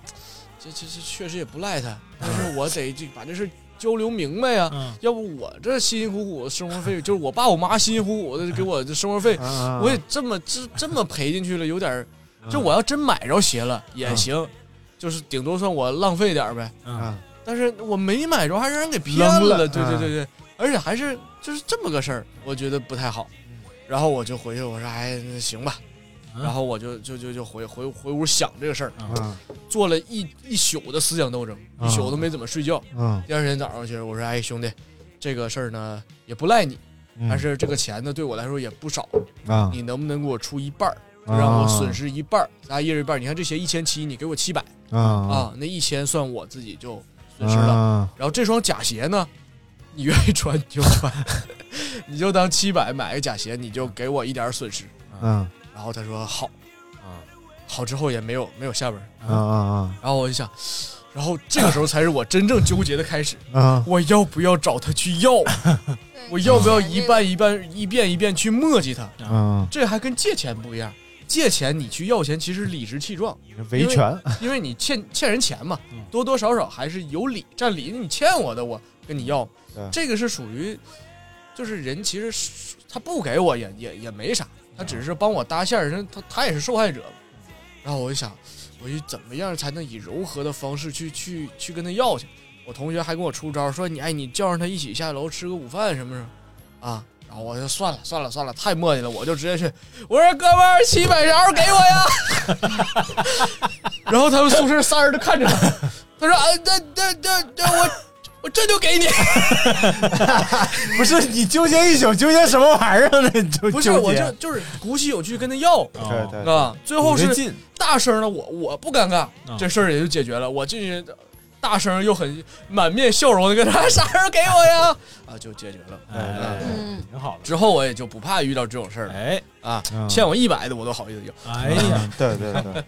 这这这确实也不赖他，但是我得这把这事儿交流明白呀、要不我这辛辛苦苦的生活费，就是我爸我妈辛辛苦苦的给我的生活费，
嗯
*laughs* 我也这么这这么赔进去了，有点儿
啊
就我要真买着鞋了也行，就是顶多算我浪费点儿呗。
嗯，
但是我没买着，还让人给骗
扔了
了。对对
嗯
对对，而且还是就是这么个事儿，我觉得不太好。
嗯
然后我就回去，我说哎，那行吧。
嗯
然后我就就就就回回回屋想这个事儿
嗯，
做了一一宿的思想斗争，
嗯
一宿都没怎么睡觉。
嗯
第二天早上其实我说，哎，兄弟，这个事儿呢也不赖你，
嗯
但是这个钱呢对我来说也不少
啊
你能不能给我出一半儿，就
啊
让我损失一半儿，咱俩一人一半儿。你看这鞋一千七，你给我七百
啊
啊，那一千算我自己就损失了。
啊
然后这双假鞋呢，你愿意穿你就穿， *laughs* 你就当七百买个假鞋，你就给我一点儿损失。
嗯
然后他说好，啊，好之后也没有没有下文。
啊啊
然后我就想，然后这个时候才是我真正纠结的开始。
啊！
我要不要找他去要？我要不要一半一半一遍一遍去磨叽他？
嗯
这还跟借钱不一样。借钱你去要钱，其实理直气壮，
维权
因为，因为你欠欠人钱嘛，多多少少还是有理占理。你欠我的，我跟你要
对，
这个是属于，就是人其实是他不给我也也也没啥，他只是帮我搭线儿，人他他也是受害者嘛。然后我就想，我就怎么样才能以柔和的方式去去去跟他要去？我同学还跟我出招说你哎，你叫上他一起下楼吃个午饭什么什么啊。然后我就算了算了算了，太磨叽了，我就直接去。我说哥们儿，七百勺给我呀！然后他们宿舍仨人都看着他，他说啊，这这这这我我这就
*laughs*
给你。
不是你纠结一宿，纠结什么玩意儿呢？你就
不是，
纠
我
结
就就是鼓起勇气跟他要，
对对对
啊，最后
鼓着
是
劲啊
大声的我我不尴尬，这事儿也就解决了。我进去大声又很满面笑容的跟他啥时候给我呀？啊，就解决了。
哎
嗯，
挺好的。
之后我也就不怕遇到这种事儿了。
哎
啊
嗯，
欠我一百的我都好意思要。
哎呀，
对对对，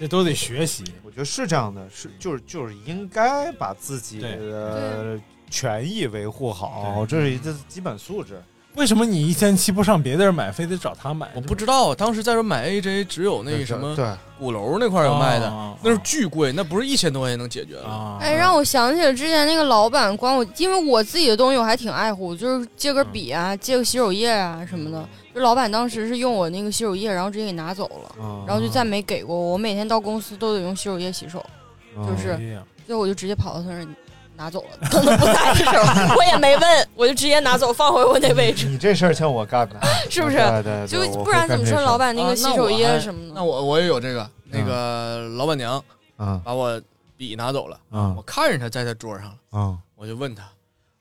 这都得学习。
我觉得是这样的，是就是就是应该把自己的权益维护好，这是一个基本素质。
为什么你一千七不上别地儿买，非得找他买？我
不知道，当时在这买 AJ 只有那个什么
对
鼓楼那块儿有卖的
哦，
那是巨贵，那不是一千多块钱能解决
啊
的。
哎，让我想起了之前那个老板管我，因为我自己的东西我还挺爱护，就是借根笔啊，借个洗手液啊什么的。就老板当时是用我那个洗手液，然后直接给拿走了，然后就
啊
再没给过我。我每天到公司都得用洗手液洗手，就是
哎呀，
最后我就直接跑到他那儿拿走了，等他不在的时候，我也没问，我就直接拿走放回我那位置，
你这事儿像我干的，
是不是
对对对？
就
我会
不然怎么说
干这事儿
老板那个洗手液什么的？
那啊我我也有这个，那个老板娘
嗯
把我笔拿走了，
嗯
我看着他在他桌上了，
嗯
我就问他，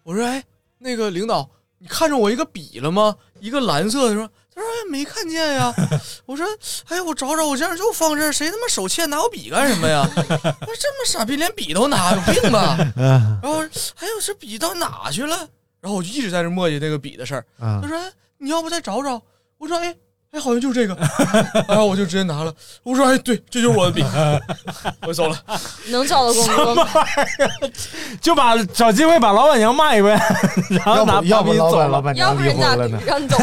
我说哎，那个领导，你看着我一个笔了吗？一个蓝色的，说他说哎没看见呀， *laughs* 我说哎我找找，我这样就放这儿，谁他妈手欠拿我笔干什么呀？我 *laughs* 说这么傻逼，连笔都拿，有病吧？
嗯
然后哎呦，这笔到哪去了？然后我就一直在这磨叽那个笔的事儿。
嗯
他说、哎你要不再找找？我说哎哎，好像就是这个。 *laughs* 然后我就直接拿了。我说哎，对，这就是我的笔。 *laughs* 我走了。
能找到
*laughs*
工
什
作
么
吗？
玩意儿？ *laughs* 就把找机会把老板娘骂一遍， *laughs* 然后拿
要不
把你
老
走
板
了
老板
要
娘
不
离
人咋
婚了呢？
让你走？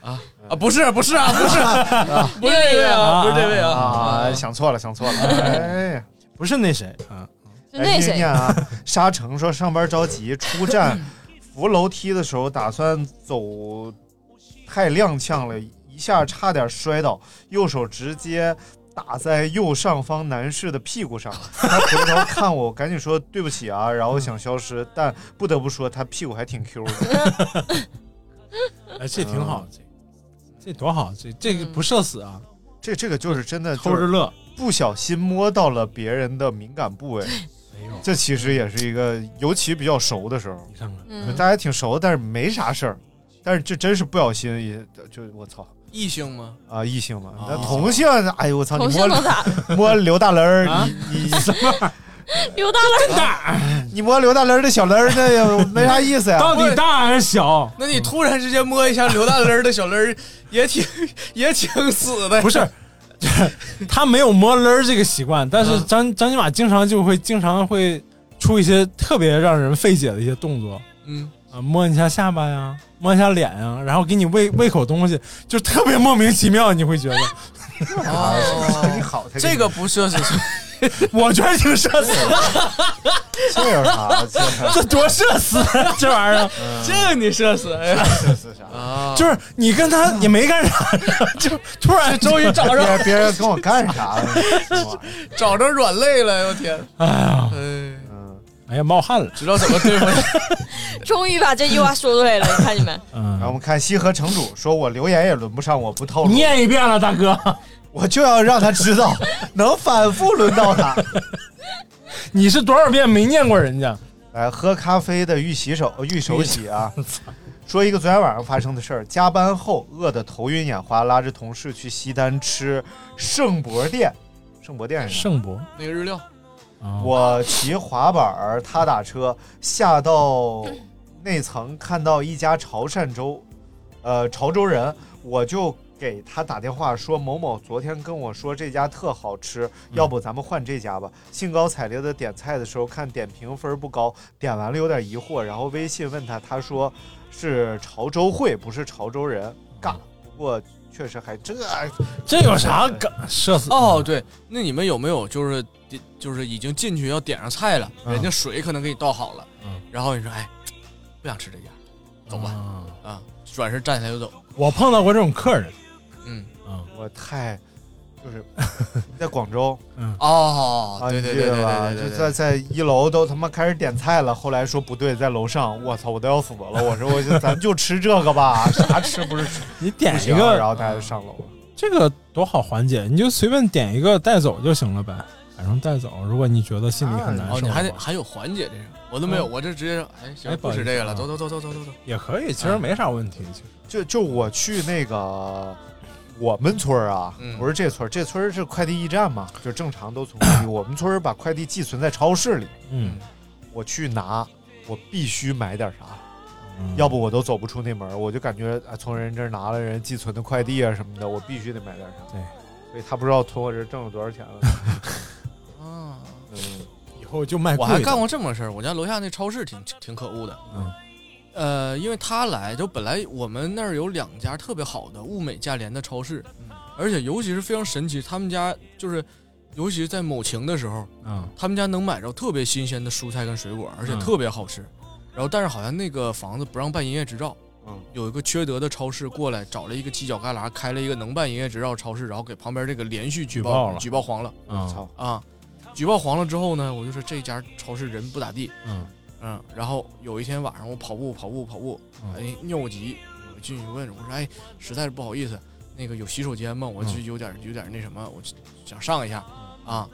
啊，不是不是啊，不是啊，不是这位啊，不是这位啊。
啊，想错了，想错 *laughs* 了，哎呀。
不是那谁啊？
就那
哎
谁
念念啊，沙城说上班着急，出
*laughs*
站扶楼梯的时候打算走，太踉跄了，一下差点摔倒，右手直接打在右上方男士的屁 *laughs* 股上。他回头看我，赶紧说对不起啊，然后想消失，但不得不说他屁股还挺 Q 的。嗯
哎，这挺好，这这多好，这这个不社死啊，
这这个嗯就是真的
偷着乐，
不小心摸到了别人的敏感部位。这其实也是一个，尤其比较熟的时候，
看看
嗯
大家挺熟，但是没啥事儿，但是这真是不小心也就我操
异性吗？
啊，异性嘛，那
哦
同性，哎呦我操，你
同
摸
性能 *laughs* 咋？
*laughs* 摸刘大雷儿，
啊
你你什么？
刘大了，
你摸刘大雷儿的小雷儿，那也没啥意思呀。
到底大还是小？
那你突然之间摸一下刘大根儿的小根儿，也挺也挺死的。
不是， *laughs* 他没有摸勒儿这个习惯，但
嗯
是张张金马经常就会经常会出一些特别让人费解的一些动作
嗯，
啊，摸你一下下巴呀，摸一下脸呀，然后给你喂喂口东西，就
*laughs*
特别莫名其妙，你会觉得
哦，
你好，他给你
这个不是是，
我觉得挺社死的，
这有啥？
这 *laughs* 多社死啊这玩意儿，
*laughs* 这个你社死哎呀？
社死啥？
啊，
*laughs* 就是你跟他也没干啥，就突然
终于找着，
别人跟我干啥了？ *laughs*
找着软肋了，我天！
哎呀，
哎，
哎呀冒汗了，
知道怎么对付你。
终于把这句话说出 *laughs* 来了，你看你们，
嗯
然后，我们看西河城主说：“我留言也轮不上，我不套路，
念一遍了，大
*laughs*
哥，
我就要让他知 *laughs* 道，能反复轮到他。
你是多少遍没念过人家？”
*laughs* 来，喝咖啡的玉洗手，玉手洗 *laughs* 啊，说一个昨天晚上发生的事儿。加班后饿得头晕眼花，拉着同事去西单吃圣博店。圣博店是啥？
圣博，
那个日料，
啊
我骑滑板儿，他打车，下到那层看到一家潮汕粥，呃，潮州人，我就给他打电话说某某昨天跟我说这家特好吃，要不咱们换这家吧。兴高采烈的点菜的时候，看点评分不高，点完了有点疑惑，然后微信问他，他说是潮州会，不是潮州人，尬。不过确实还这
这有啥梗？社死
哦，对，那你们有没有就是就是已经进去要点上菜了，
嗯
人家水可能给你倒好了
嗯，
然后你说哎，不想吃这家，走吧
啊
啊，转身站起来就走。
我碰到过这种客人，
嗯，
嗯
我太就是 *laughs* 在广州。
嗯，
哦，
啊，
对
你
对
记
对
得
对
吧？
对
就
对
在
对，
在一楼都他妈开始点菜了，后来说不对，在楼上，我操，我都要死了！我说我
*laughs*
就咱就吃这个吧，啥吃不是吃
你
不
点一
行啊，然
个，
后大家就上楼
嗯
了。
这个多好缓解，你就随便点一个带走就行了呗，反正带走。如果你觉得心里很难
哦，
受
你
的话，
还得还有缓解这个，我都没有，
嗯
我这直接说哎行
哎，不
不
好意
吃
思
这个了，
啊
走走走走走走走。
也可以，其实没啥问题。其实
就就我去那个我们村儿啊，
嗯
不是这村儿，这村儿是快递驿站嘛，就正常都存
*coughs*
快递。我们村儿把快递寄存在超市里，
嗯，
我去拿，我必须买点啥。
嗯
要不我都走不出那门儿，我就感觉啊，从人这儿拿了人寄存的快递啊什么的，我必须得买点啥。
对，
所以他不知道从我这儿挣了多少钱了。
啊，
嗯，
以后就卖
我
哎贵的。
还干过这么个事儿，我家楼下那超市挺挺可恶的。
嗯，
呃，因为他来就本来我们那儿有两家特别好的物美价廉的超市，
嗯
而且尤其是非常神奇，他们家就是，尤其是在某晴的时候，
嗯
他们家能买着特别新鲜的蔬菜跟水果，而且
嗯
特别好吃。然后但是好像那个房子不让办营业执照，
嗯
有一个缺德的超市过来找了一个犄角旮旯开了一个能办营业执照的超市，然后给旁边这个连续举
举
报
报了
举报黄了
嗯
操，
啊，举报黄了之后呢，我就说这家超市人不咋地，
嗯
嗯，然后有一天晚上我跑步跑步跑步，
嗯
哎尿急，我进去问我说哎实在是不好意思，那个有洗手间吗？我就
嗯
有点有点那什么，我就想上一下啊。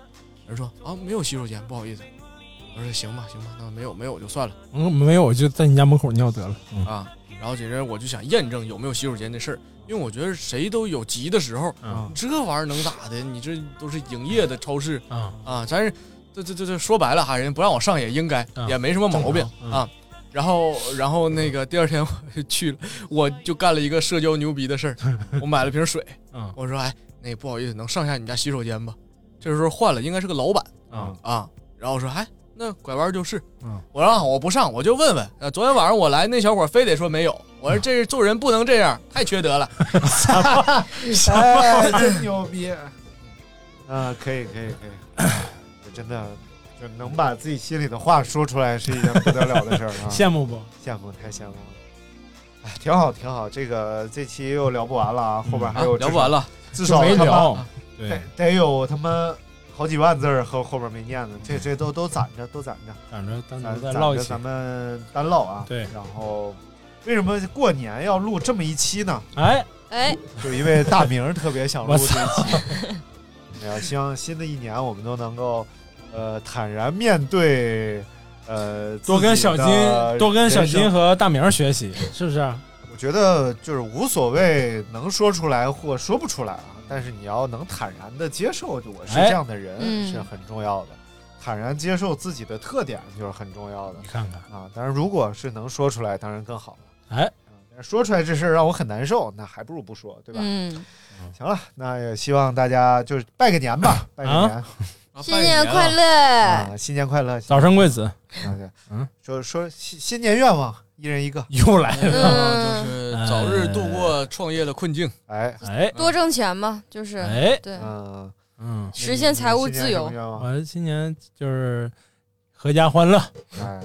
人说啊没有洗手间，不好意思。我说行吧行吧，那没有没有就算了
嗯，没有，我就在你家门口尿得了。嗯
啊。然后紧接着我就想验证有没有洗手间这事儿，因为我觉得谁都有急的时候，
嗯
这玩意儿能咋的？你这都是营业的超市，
嗯
啊，咱是这这这这说白了哈，人不让我上也应该，
嗯
也没什么毛病、
正常嗯
啊。然后然后那个第二天我就去了，我就干了一个社交牛逼的事儿，我买了瓶水，
嗯
我说哎，那个不好意思，能上下你家洗手间吧？这时候换了，应该是个老板
嗯
啊。然后我说哎，那拐弯就是，
嗯
我说、啊、我不上，我就问问。呃，昨天晚上我来，那小伙非得说没有，我说这做人不能这样，太缺德了。
哎，真牛逼！啊，可以可以可以，我真的就能把自己心里的话说出来，是一件不得了的事儿啊！
*laughs* 羡慕不？
羡慕太羡慕了。哎，挺好，挺好，这个这期又聊不完了啊，后边还
啊
有，
聊不完，了，
至
就
少
没
他妈
聊。
得
对，
得有他妈好几万字儿后后边没念呢，这这都都攒着，都攒着。
反正单
咱
嗯独再
咱
唠一
们
起。
咱们单唠啊。
对
然后为什么过年要录这么一期呢？
哎，
哎，
就因为大明儿特别想录
我
这一
操
期。哎呀，希望新的一年我们都能够呃坦然面对。呃，
多跟
自己
小
的
金，多跟小
人
金
生，
和大明儿学习， *laughs* 是不啊是？
我觉得就是无所谓能说出来或说不出来啊，但是你要能坦然的接受，就我是
哎
这样的人、
嗯
是很重要的，坦然接受自己的特点就是很重要的
你。看看，
啊，当然如果是能说出来，当然更好了。
哎
啊，但是说出来这事儿让我很难受，那还不如不说，对吧？
嗯，
行了，那也希望大家就是拜个年
*laughs*
吧，拜个年
啊
新年快！
*laughs* 拜
乐，
啊，新年快乐！
早生贵子
哎
啊
嗯，
说说新新年愿望，一人一个。
*laughs* 又来了。
年了
嗯
就是早日度过创业的困境。
哎，
*laughs* 哎
多挣钱嘛，就是
哎，
对，
嗯、
嗯嗯，
实现财务自由。
我今年就是阖家欢乐。
哎，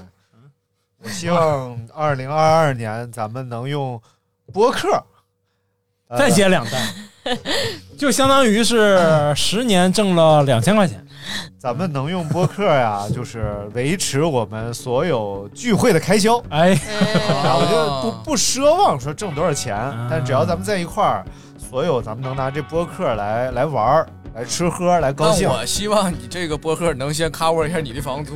我希望二零二二年咱们能用播客、呃
再接两 *laughs* 单，就相当于是十年挣了两千块钱。
咱们能用播客
*laughs*
呀，就是维持我们所有聚会的开销。
哎，
然后我就不不奢望说挣多少钱，
嗯
但只要咱们在一块儿，所有咱们能拿这播客来来玩儿、来吃喝、来高兴
那，我希望你这个播客能先 cover 一下你的房租。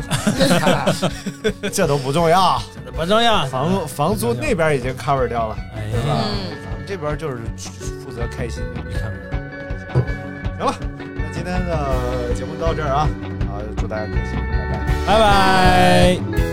这都不重要，
不重要。 *laughs* 哎
房房租那边已经 cover 掉了，
对
吧？
嗯
咱们这边就是负责开心。行了，那今天的节目到这儿啊，啊，祝大家开心，拜拜，
拜拜。